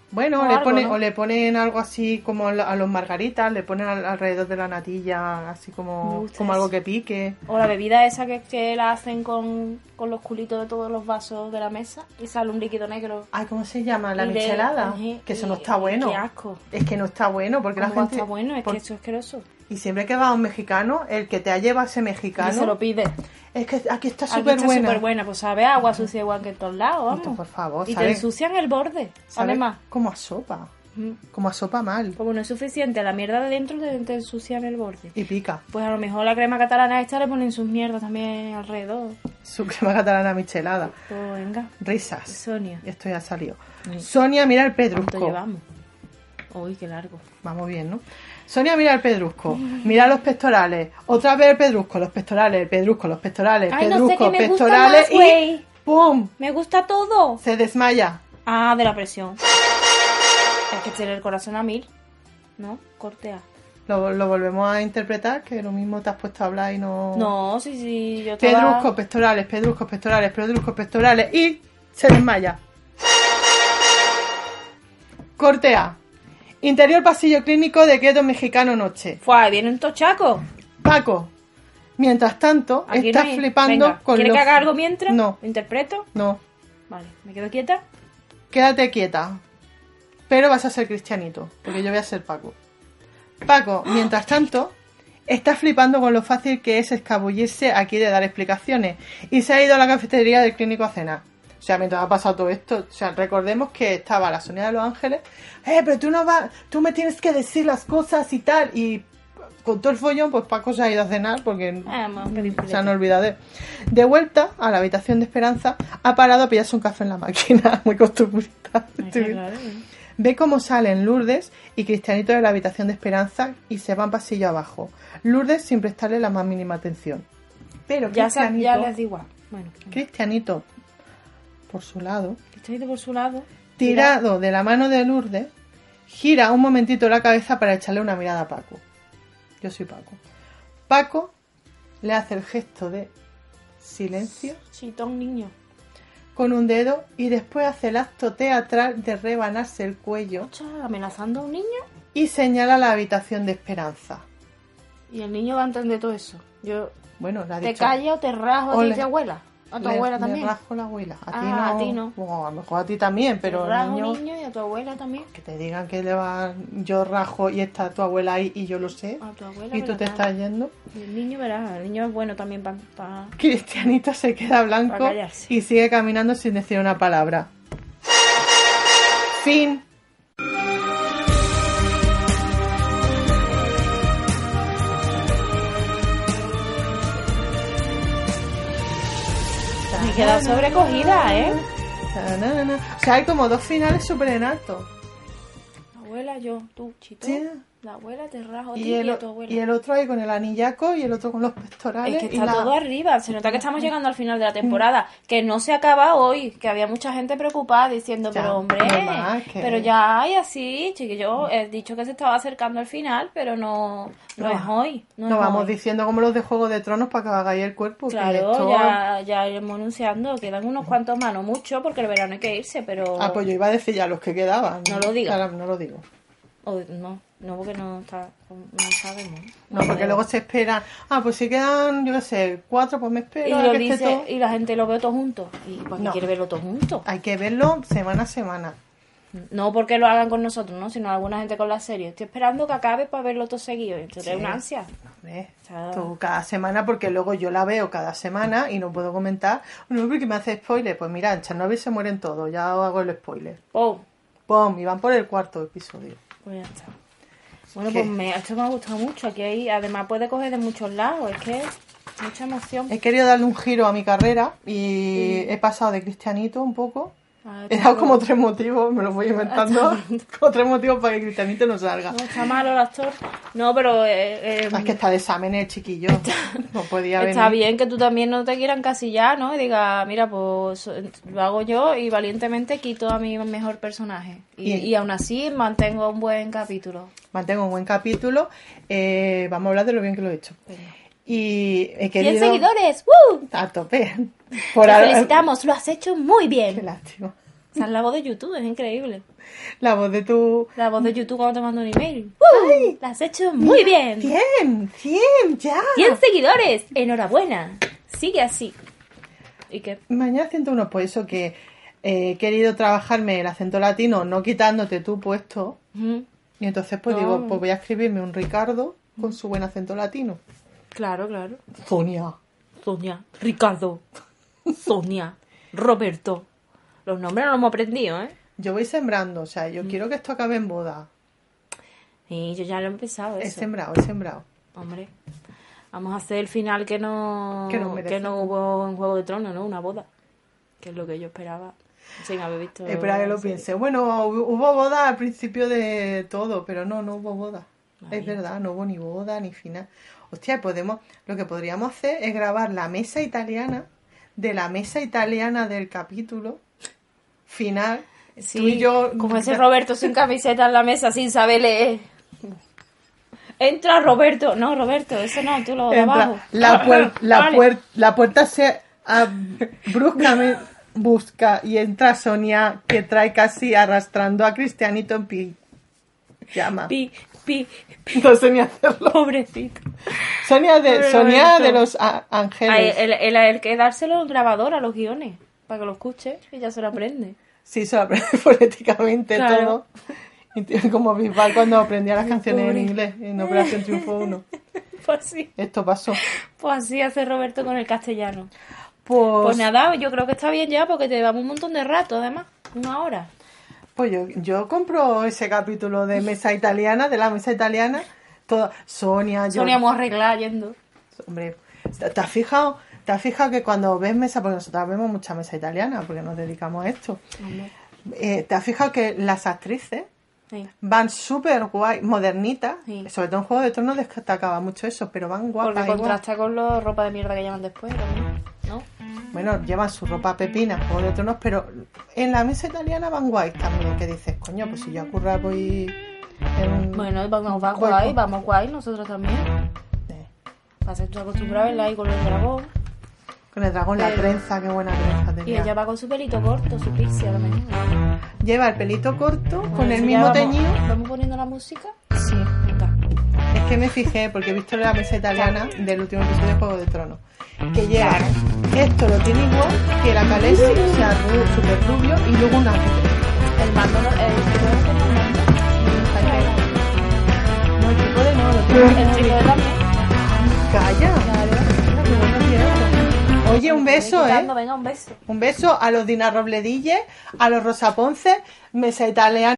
Speaker 1: Bueno,
Speaker 2: O
Speaker 1: le
Speaker 2: algo,
Speaker 1: ponen,
Speaker 2: ¿no?
Speaker 1: o le ponen algo así como la- a los margaritas, le ponen al- alrededor de la natilla, así
Speaker 2: Me
Speaker 1: como,
Speaker 2: gusta
Speaker 1: como
Speaker 2: eso.
Speaker 1: algo que pique.
Speaker 2: O la bebida esa que, que la hacen con, con los culitos de todos los vasos de la mesa y sale un líquido negro.
Speaker 1: Ay, ¿cómo se llama? La
Speaker 2: Y de-
Speaker 1: michelada.
Speaker 2: Ujú,
Speaker 1: que eso
Speaker 2: y-
Speaker 1: no está
Speaker 2: y
Speaker 1: bueno.
Speaker 2: Qué asco.
Speaker 1: Es que no está bueno, porque la
Speaker 2: ¿Cómo va a
Speaker 1: gente...
Speaker 2: estar bueno? Es
Speaker 1: por-
Speaker 2: que eso es asqueroso.
Speaker 1: Y siempre que va a un mexicano, el que te ha llevado ese
Speaker 2: Y se lo
Speaker 1: mexicano...
Speaker 2: pide.
Speaker 1: Es que aquí está
Speaker 2: Aquí
Speaker 1: súper
Speaker 2: está súper
Speaker 1: bueno.
Speaker 2: buena. Pues sabe a agua sucia igual que en todos lados,
Speaker 1: Esto,
Speaker 2: vamos.
Speaker 1: por favor,
Speaker 2: y te
Speaker 1: ¿sabe?
Speaker 2: ensucian el borde,
Speaker 1: ¿Sabe?
Speaker 2: además.
Speaker 1: Como a sopa.
Speaker 2: Mm.
Speaker 1: Como a sopa mal.
Speaker 2: Como no es suficiente la mierda de dentro, te, te ensucian el borde.
Speaker 1: Y pica.
Speaker 2: Pues a lo mejor la crema catalana esta le ponen sus mierdas también alrededor.
Speaker 1: Su crema catalana michelada.
Speaker 2: Pues venga,
Speaker 1: Risas.
Speaker 2: Sonia,
Speaker 1: Esto ya salió.
Speaker 2: Sí.
Speaker 1: Sonia, mira el
Speaker 2: ¿cuánto
Speaker 1: pedrusco.
Speaker 2: llevamos? Uy, qué largo.
Speaker 1: Vamos bien, ¿no? Sonia, mira el pedrusco. Mira los pectorales. Otra vez el pedrusco, los pectorales, el pedrusco, los pectorales,
Speaker 2: Ay, no sé
Speaker 1: pedrusco,
Speaker 2: qué me gusta
Speaker 1: pectorales
Speaker 2: más, güey.
Speaker 1: y ¡pum!
Speaker 2: Me gusta todo.
Speaker 1: Se desmaya.
Speaker 2: Ah, de la presión. Es que tiene el corazón a mil. ¿No? Cortea.
Speaker 1: Lo, lo volvemos a interpretar, que lo mismo te has puesto a hablar y
Speaker 2: Oh.
Speaker 1: no...
Speaker 2: No, sí, sí, yo estaba...
Speaker 1: Pedrusco, pectorales, pedruscos, pectorales, pedruscos, pectorales y se desmaya. Corte A. Interior pasillo clínico de Quedo Mexicano Noche.
Speaker 2: Fua, viene un tochaco.
Speaker 1: Paco, mientras tanto,
Speaker 2: Aquí
Speaker 1: estás
Speaker 2: no hay-
Speaker 1: flipando
Speaker 2: Venga,
Speaker 1: con
Speaker 2: ¿Quiere
Speaker 1: los...
Speaker 2: que haga algo mientras?
Speaker 1: No.
Speaker 2: ¿Lo interpreto?
Speaker 1: No,
Speaker 2: Vale, ¿me quedo quieta?
Speaker 1: quédate quieta. Pero vas a ser cristianito, porque yo voy a ser Paco. Paco, mientras tanto, estás flipando con lo fácil que es escabullirse aquí de dar explicaciones. Y se ha ido a la cafetería del clínico a cenar. O sea, mientras ha pasado todo esto, o sea, recordemos que estaba la Sonia de los Ángeles. Eh, pero tú no vas, tú me tienes que decir las cosas y tal. Y con todo el follón, pues Paco se ha ido a cenar porque
Speaker 2: Ah, vamos a pedir
Speaker 1: se han olvidado de él. De vuelta a la habitación de Esperanza, ha parado a pillarse un café en la máquina, muy costumbrista.
Speaker 2: Ay, qué raro, ¿eh?
Speaker 1: Ve cómo salen Lourdes y Cristianito de la habitación de Esperanza y se van pasillo abajo. Lourdes sin prestarle la más mínima atención. Pero
Speaker 2: Ya, sa-
Speaker 1: Cristianito,
Speaker 2: ya les digo igual. Bueno,
Speaker 1: Cristianito, por su lado,
Speaker 2: estoy de por su lado.
Speaker 1: tirado de la mano de Lourdes, gira un momentito la cabeza para echarle una mirada a Paco. Yo soy Paco. Paco le hace el gesto de silencio
Speaker 2: Chitón niño.
Speaker 1: con un dedo y después hace el acto teatral de rebanarse el cuello
Speaker 2: Ocha, amenazando a un niño.
Speaker 1: y señala la habitación de Esperanza.
Speaker 2: Y el niño va a entender todo eso. Yo
Speaker 1: Bueno, la ha
Speaker 2: te
Speaker 1: dicho.
Speaker 2: callo, te rajo
Speaker 1: Ole.
Speaker 2: a ti, abuela. A tu
Speaker 1: Le-
Speaker 2: abuela
Speaker 1: le
Speaker 2: también.
Speaker 1: rasco la abuela. A ti
Speaker 2: Ah,
Speaker 1: no.
Speaker 2: a ti no.
Speaker 1: Bueno, a lo mejor a ti también, pero
Speaker 2: Te
Speaker 1: el
Speaker 2: rajo
Speaker 1: niño,
Speaker 2: niño y a tu abuela también.
Speaker 1: Que te digan que le va yo rajo y está tu abuela ahí y yo lo sé.
Speaker 2: A tu abuela.
Speaker 1: Y tú te
Speaker 2: ¿verdad?
Speaker 1: estás yendo.
Speaker 2: Y el niño verás, el niño es bueno también para.
Speaker 1: Cristianito se queda blanco
Speaker 2: Va a callarse.
Speaker 1: y sigue caminando sin decir una palabra. Fin.
Speaker 2: Me he quedado sobrecogida, ¿eh?
Speaker 1: Ta-na-na-na. O sea, hay como dos finales súper en alto.
Speaker 2: La abuela, yo, tú, chito.
Speaker 1: Sí.
Speaker 2: La abuela te rajo a ti
Speaker 1: Y
Speaker 2: y, a
Speaker 1: el,
Speaker 2: tu abuela.
Speaker 1: y el otro ahí con el anillaco y el otro con los pectorales.
Speaker 2: Es que
Speaker 1: y
Speaker 2: está
Speaker 1: la- Mm.
Speaker 2: todo arriba, se nota que estamos llegando al final de la temporada, que no se acaba hoy, que había mucha gente preocupada diciendo,
Speaker 1: Ya,
Speaker 2: pero hombre,
Speaker 1: mamá, que-
Speaker 2: pero ya hay así, chiquillo, he dicho que se estaba acercando al final, pero no, no,
Speaker 1: No.
Speaker 2: es hoy. No,
Speaker 1: No
Speaker 2: es
Speaker 1: vamos
Speaker 2: hoy.
Speaker 1: diciendo como los de Juego de Tronos para que os hagáis el cuerpo. que
Speaker 2: Claro,
Speaker 1: esto-
Speaker 2: ya, ya iremos anunciando, quedan unos cuantos más, no mucho, porque el verano hay que irse, pero...
Speaker 1: Ah, pues yo iba a decir ya los que quedaban.
Speaker 2: No lo digas.
Speaker 1: Claro, no lo digo.
Speaker 2: o- no, no, porque no, está, no sabemos.
Speaker 1: No, porque luego se esperan. Ah, pues si quedan, yo qué sé, cuatro, pues me espero.
Speaker 2: Y,
Speaker 1: a
Speaker 2: lo
Speaker 1: que esté
Speaker 2: dice,
Speaker 1: todo.
Speaker 2: y la gente lo ve todo junto, y porque
Speaker 1: No. Ah.
Speaker 2: quiere verlo todo junto.
Speaker 1: Hay que verlo semana a semana.
Speaker 2: No porque lo hagan con nosotros, ¿no? Sino alguna gente con la serie. Estoy esperando que acabe para verlo todo seguido. Entonces es una ansia.
Speaker 1: Hombre,
Speaker 2: Claro.
Speaker 1: tú cada semana, porque luego yo la veo cada semana y no puedo comentar. No, porque me hace spoiler. Pues mira, en Chernobyl se mueren todos, ya os hago el spoiler.
Speaker 2: ¡Oh!
Speaker 1: ¡Pum! Y van por el cuarto episodio.
Speaker 2: Pues ya está. Bueno,
Speaker 1: ¿Qué?
Speaker 2: pues me, esto me ha gustado mucho. Aquí hay, además puede coger de muchos lados. Es que mucha emoción.
Speaker 1: He querido darle un giro a mi carrera y he pasado de cristianito un poco.
Speaker 2: Ah,
Speaker 1: He
Speaker 2: está
Speaker 1: dado
Speaker 2: bueno.
Speaker 1: como tres motivos, me los voy inventando. como tres motivos para que cristianito no salga.
Speaker 2: No, está malo el actor. No, pero... eh, eh,
Speaker 1: Ah, Es que está de examen el chiquillo. No podía venir.
Speaker 2: Está bien que tú también no te quieran casillar, ¿no? Y diga, mira, pues lo hago yo y valientemente quito a mi mejor personaje. Y,
Speaker 1: Y-
Speaker 2: y aún así mantengo un buen capítulo.
Speaker 1: Mantengo un buen capítulo. Eh, vamos a hablar de lo bien que lo he hecho. Y he
Speaker 2: 100
Speaker 1: querido...
Speaker 2: seguidores. ¡Woo!
Speaker 1: A tope. Por
Speaker 2: Te
Speaker 1: ahora-
Speaker 2: felicitamos, lo has hecho muy
Speaker 1: Qué
Speaker 2: bien.
Speaker 1: lástima.
Speaker 2: O sea, la voz de YouTube es increíble.
Speaker 1: La voz de tu...
Speaker 2: La voz de YouTube cuando te mando un email. ¡Uh! La has hecho muy bien. 100
Speaker 1: 100, 100, ya.
Speaker 2: seguidores. Enhorabuena. Sigue así. ¿Y qué?
Speaker 1: Mañana 101, pues eso que eh, he querido trabajarme el acento latino, no quitándote tu puesto.
Speaker 2: Ujú.
Speaker 1: Y entonces pues
Speaker 2: No.
Speaker 1: digo, pues voy a escribirme un Ricardo con su buen acento latino.
Speaker 2: Claro, claro.
Speaker 1: Sonia.
Speaker 2: Sonia, Ricardo, Sonia, Roberto. Los nombres no los hemos aprendido, ¿eh?
Speaker 1: Yo voy sembrando, o sea,
Speaker 2: Mm.
Speaker 1: yo quiero que esto acabe en boda.
Speaker 2: Y yo ya lo he empezado
Speaker 1: He
Speaker 2: eso.
Speaker 1: sembrado, he sembrado.
Speaker 2: Hombre, vamos a hacer el final que no,
Speaker 1: Que no merece.
Speaker 2: no hubo en Juego de Tronos, ¿no? Una boda. Que es lo que yo esperaba. Sin haber visto.
Speaker 1: Espera que lo
Speaker 2: sí.
Speaker 1: piense. Bueno, hu- hubo boda al principio de todo, pero no, no hubo boda.
Speaker 2: Ay.
Speaker 1: Es verdad, no hubo ni boda ni final. Hostia, podemos, lo que podríamos hacer es grabar la mesa italiana de la mesa italiana del capítulo final.
Speaker 2: Sí,
Speaker 1: Tú y yo-
Speaker 2: como ese Roberto sin camiseta en la mesa, sin saber leer. Entra Roberto. No, Roberto, eso no, tú lo de
Speaker 1: En plan,
Speaker 2: abajo.
Speaker 1: la, puer- la,
Speaker 2: Vale.
Speaker 1: puer- la puerta se ab- bruscamente busca y entra Sonia que trae casi arrastrando a Cristianito en pi. Llama.
Speaker 2: Pi, pi,
Speaker 1: No sé ni hacerlo.
Speaker 2: pobrecito.
Speaker 1: Sonia de,
Speaker 2: Pobre
Speaker 1: Sonia
Speaker 2: Roberto.
Speaker 1: de los a-
Speaker 2: A él,
Speaker 1: Ángeles.
Speaker 2: él- él- a él que dárselo al grabador, a los guiones, para que lo escuche y ya se lo aprende.
Speaker 1: Sí, se lo aprende fonéticamente
Speaker 2: Claro.
Speaker 1: todo. Y tiene como Bisbal cuando aprendía las canciones
Speaker 2: pobre.
Speaker 1: en inglés en Operación Triunfo 1.
Speaker 2: Pues así,
Speaker 1: Esto pasó.
Speaker 2: pues así hace Roberto con el castellano.
Speaker 1: Pues,
Speaker 2: Pues nada, yo creo que está bien ya porque te llevamos un montón de rato, además, una hora.
Speaker 1: pues yo, yo compro ese capítulo de Mesa Italiana, de la Mesa Italiana. Todo, Sonia, yo,
Speaker 2: Sonia hemos arreglado yendo.
Speaker 1: Hombre, ¿te te has fijado? ¿Te has fijado que cuando ves mesa, porque nosotras vemos mucha mesa italiana, porque nos dedicamos a esto, eh, ¿te has fijado que las actrices
Speaker 2: Venga.
Speaker 1: van súper guay, modernitas?
Speaker 2: Sí.
Speaker 1: Sobre todo en Juego de Tronos destacaba mucho eso, pero van
Speaker 2: Porque
Speaker 1: guapas. igual.
Speaker 2: contrasta con la ropa de mierda que llevan después, también, ¿no?
Speaker 1: Mm. Bueno, llevan su ropa pepina, en Juego de Tronos, pero en la mesa italiana van guays también, que dices, coño, pues si yo a currar voy... en-
Speaker 2: Bueno, vamos, vamos
Speaker 1: Voy
Speaker 2: guay,
Speaker 1: con-
Speaker 2: vamos guay, nosotros también.
Speaker 1: eh,
Speaker 2: Vas a estar acostumbrada a verla ahí con el dragón.
Speaker 1: Con el dragón, la
Speaker 2: Pero-
Speaker 1: trenza, qué buena trenza
Speaker 2: Y
Speaker 1: tenía.
Speaker 2: ella va con su pelito corto, su pixie a la mañana.
Speaker 1: Lleva el pelito corto, con
Speaker 2: Bueno,
Speaker 1: el
Speaker 2: si Pues ya
Speaker 1: mismo
Speaker 2: vamos-
Speaker 1: teñido.
Speaker 2: Vamos poniendo la música.
Speaker 1: Sí.
Speaker 2: Venga.
Speaker 1: Es que me fijé, porque he visto la mesa italiana del último episodio de Juego de Tronos, que llega, esto lo tiene igual que la Calesi, o sea, ru- súper rubio, y luego un ángel.
Speaker 2: El mando no.
Speaker 1: eh,
Speaker 2: El chico no tenía mando.
Speaker 1: No, el tipo de no, lo tiene
Speaker 2: El chico también.
Speaker 1: Calla. Qué bueno que era. Oye, un beso,
Speaker 2: Estoy
Speaker 1: ¿eh?
Speaker 2: quitando, Venga, un beso.
Speaker 1: Un beso a los Dina Robledille, a los Rosa Ponce, mesa italiana.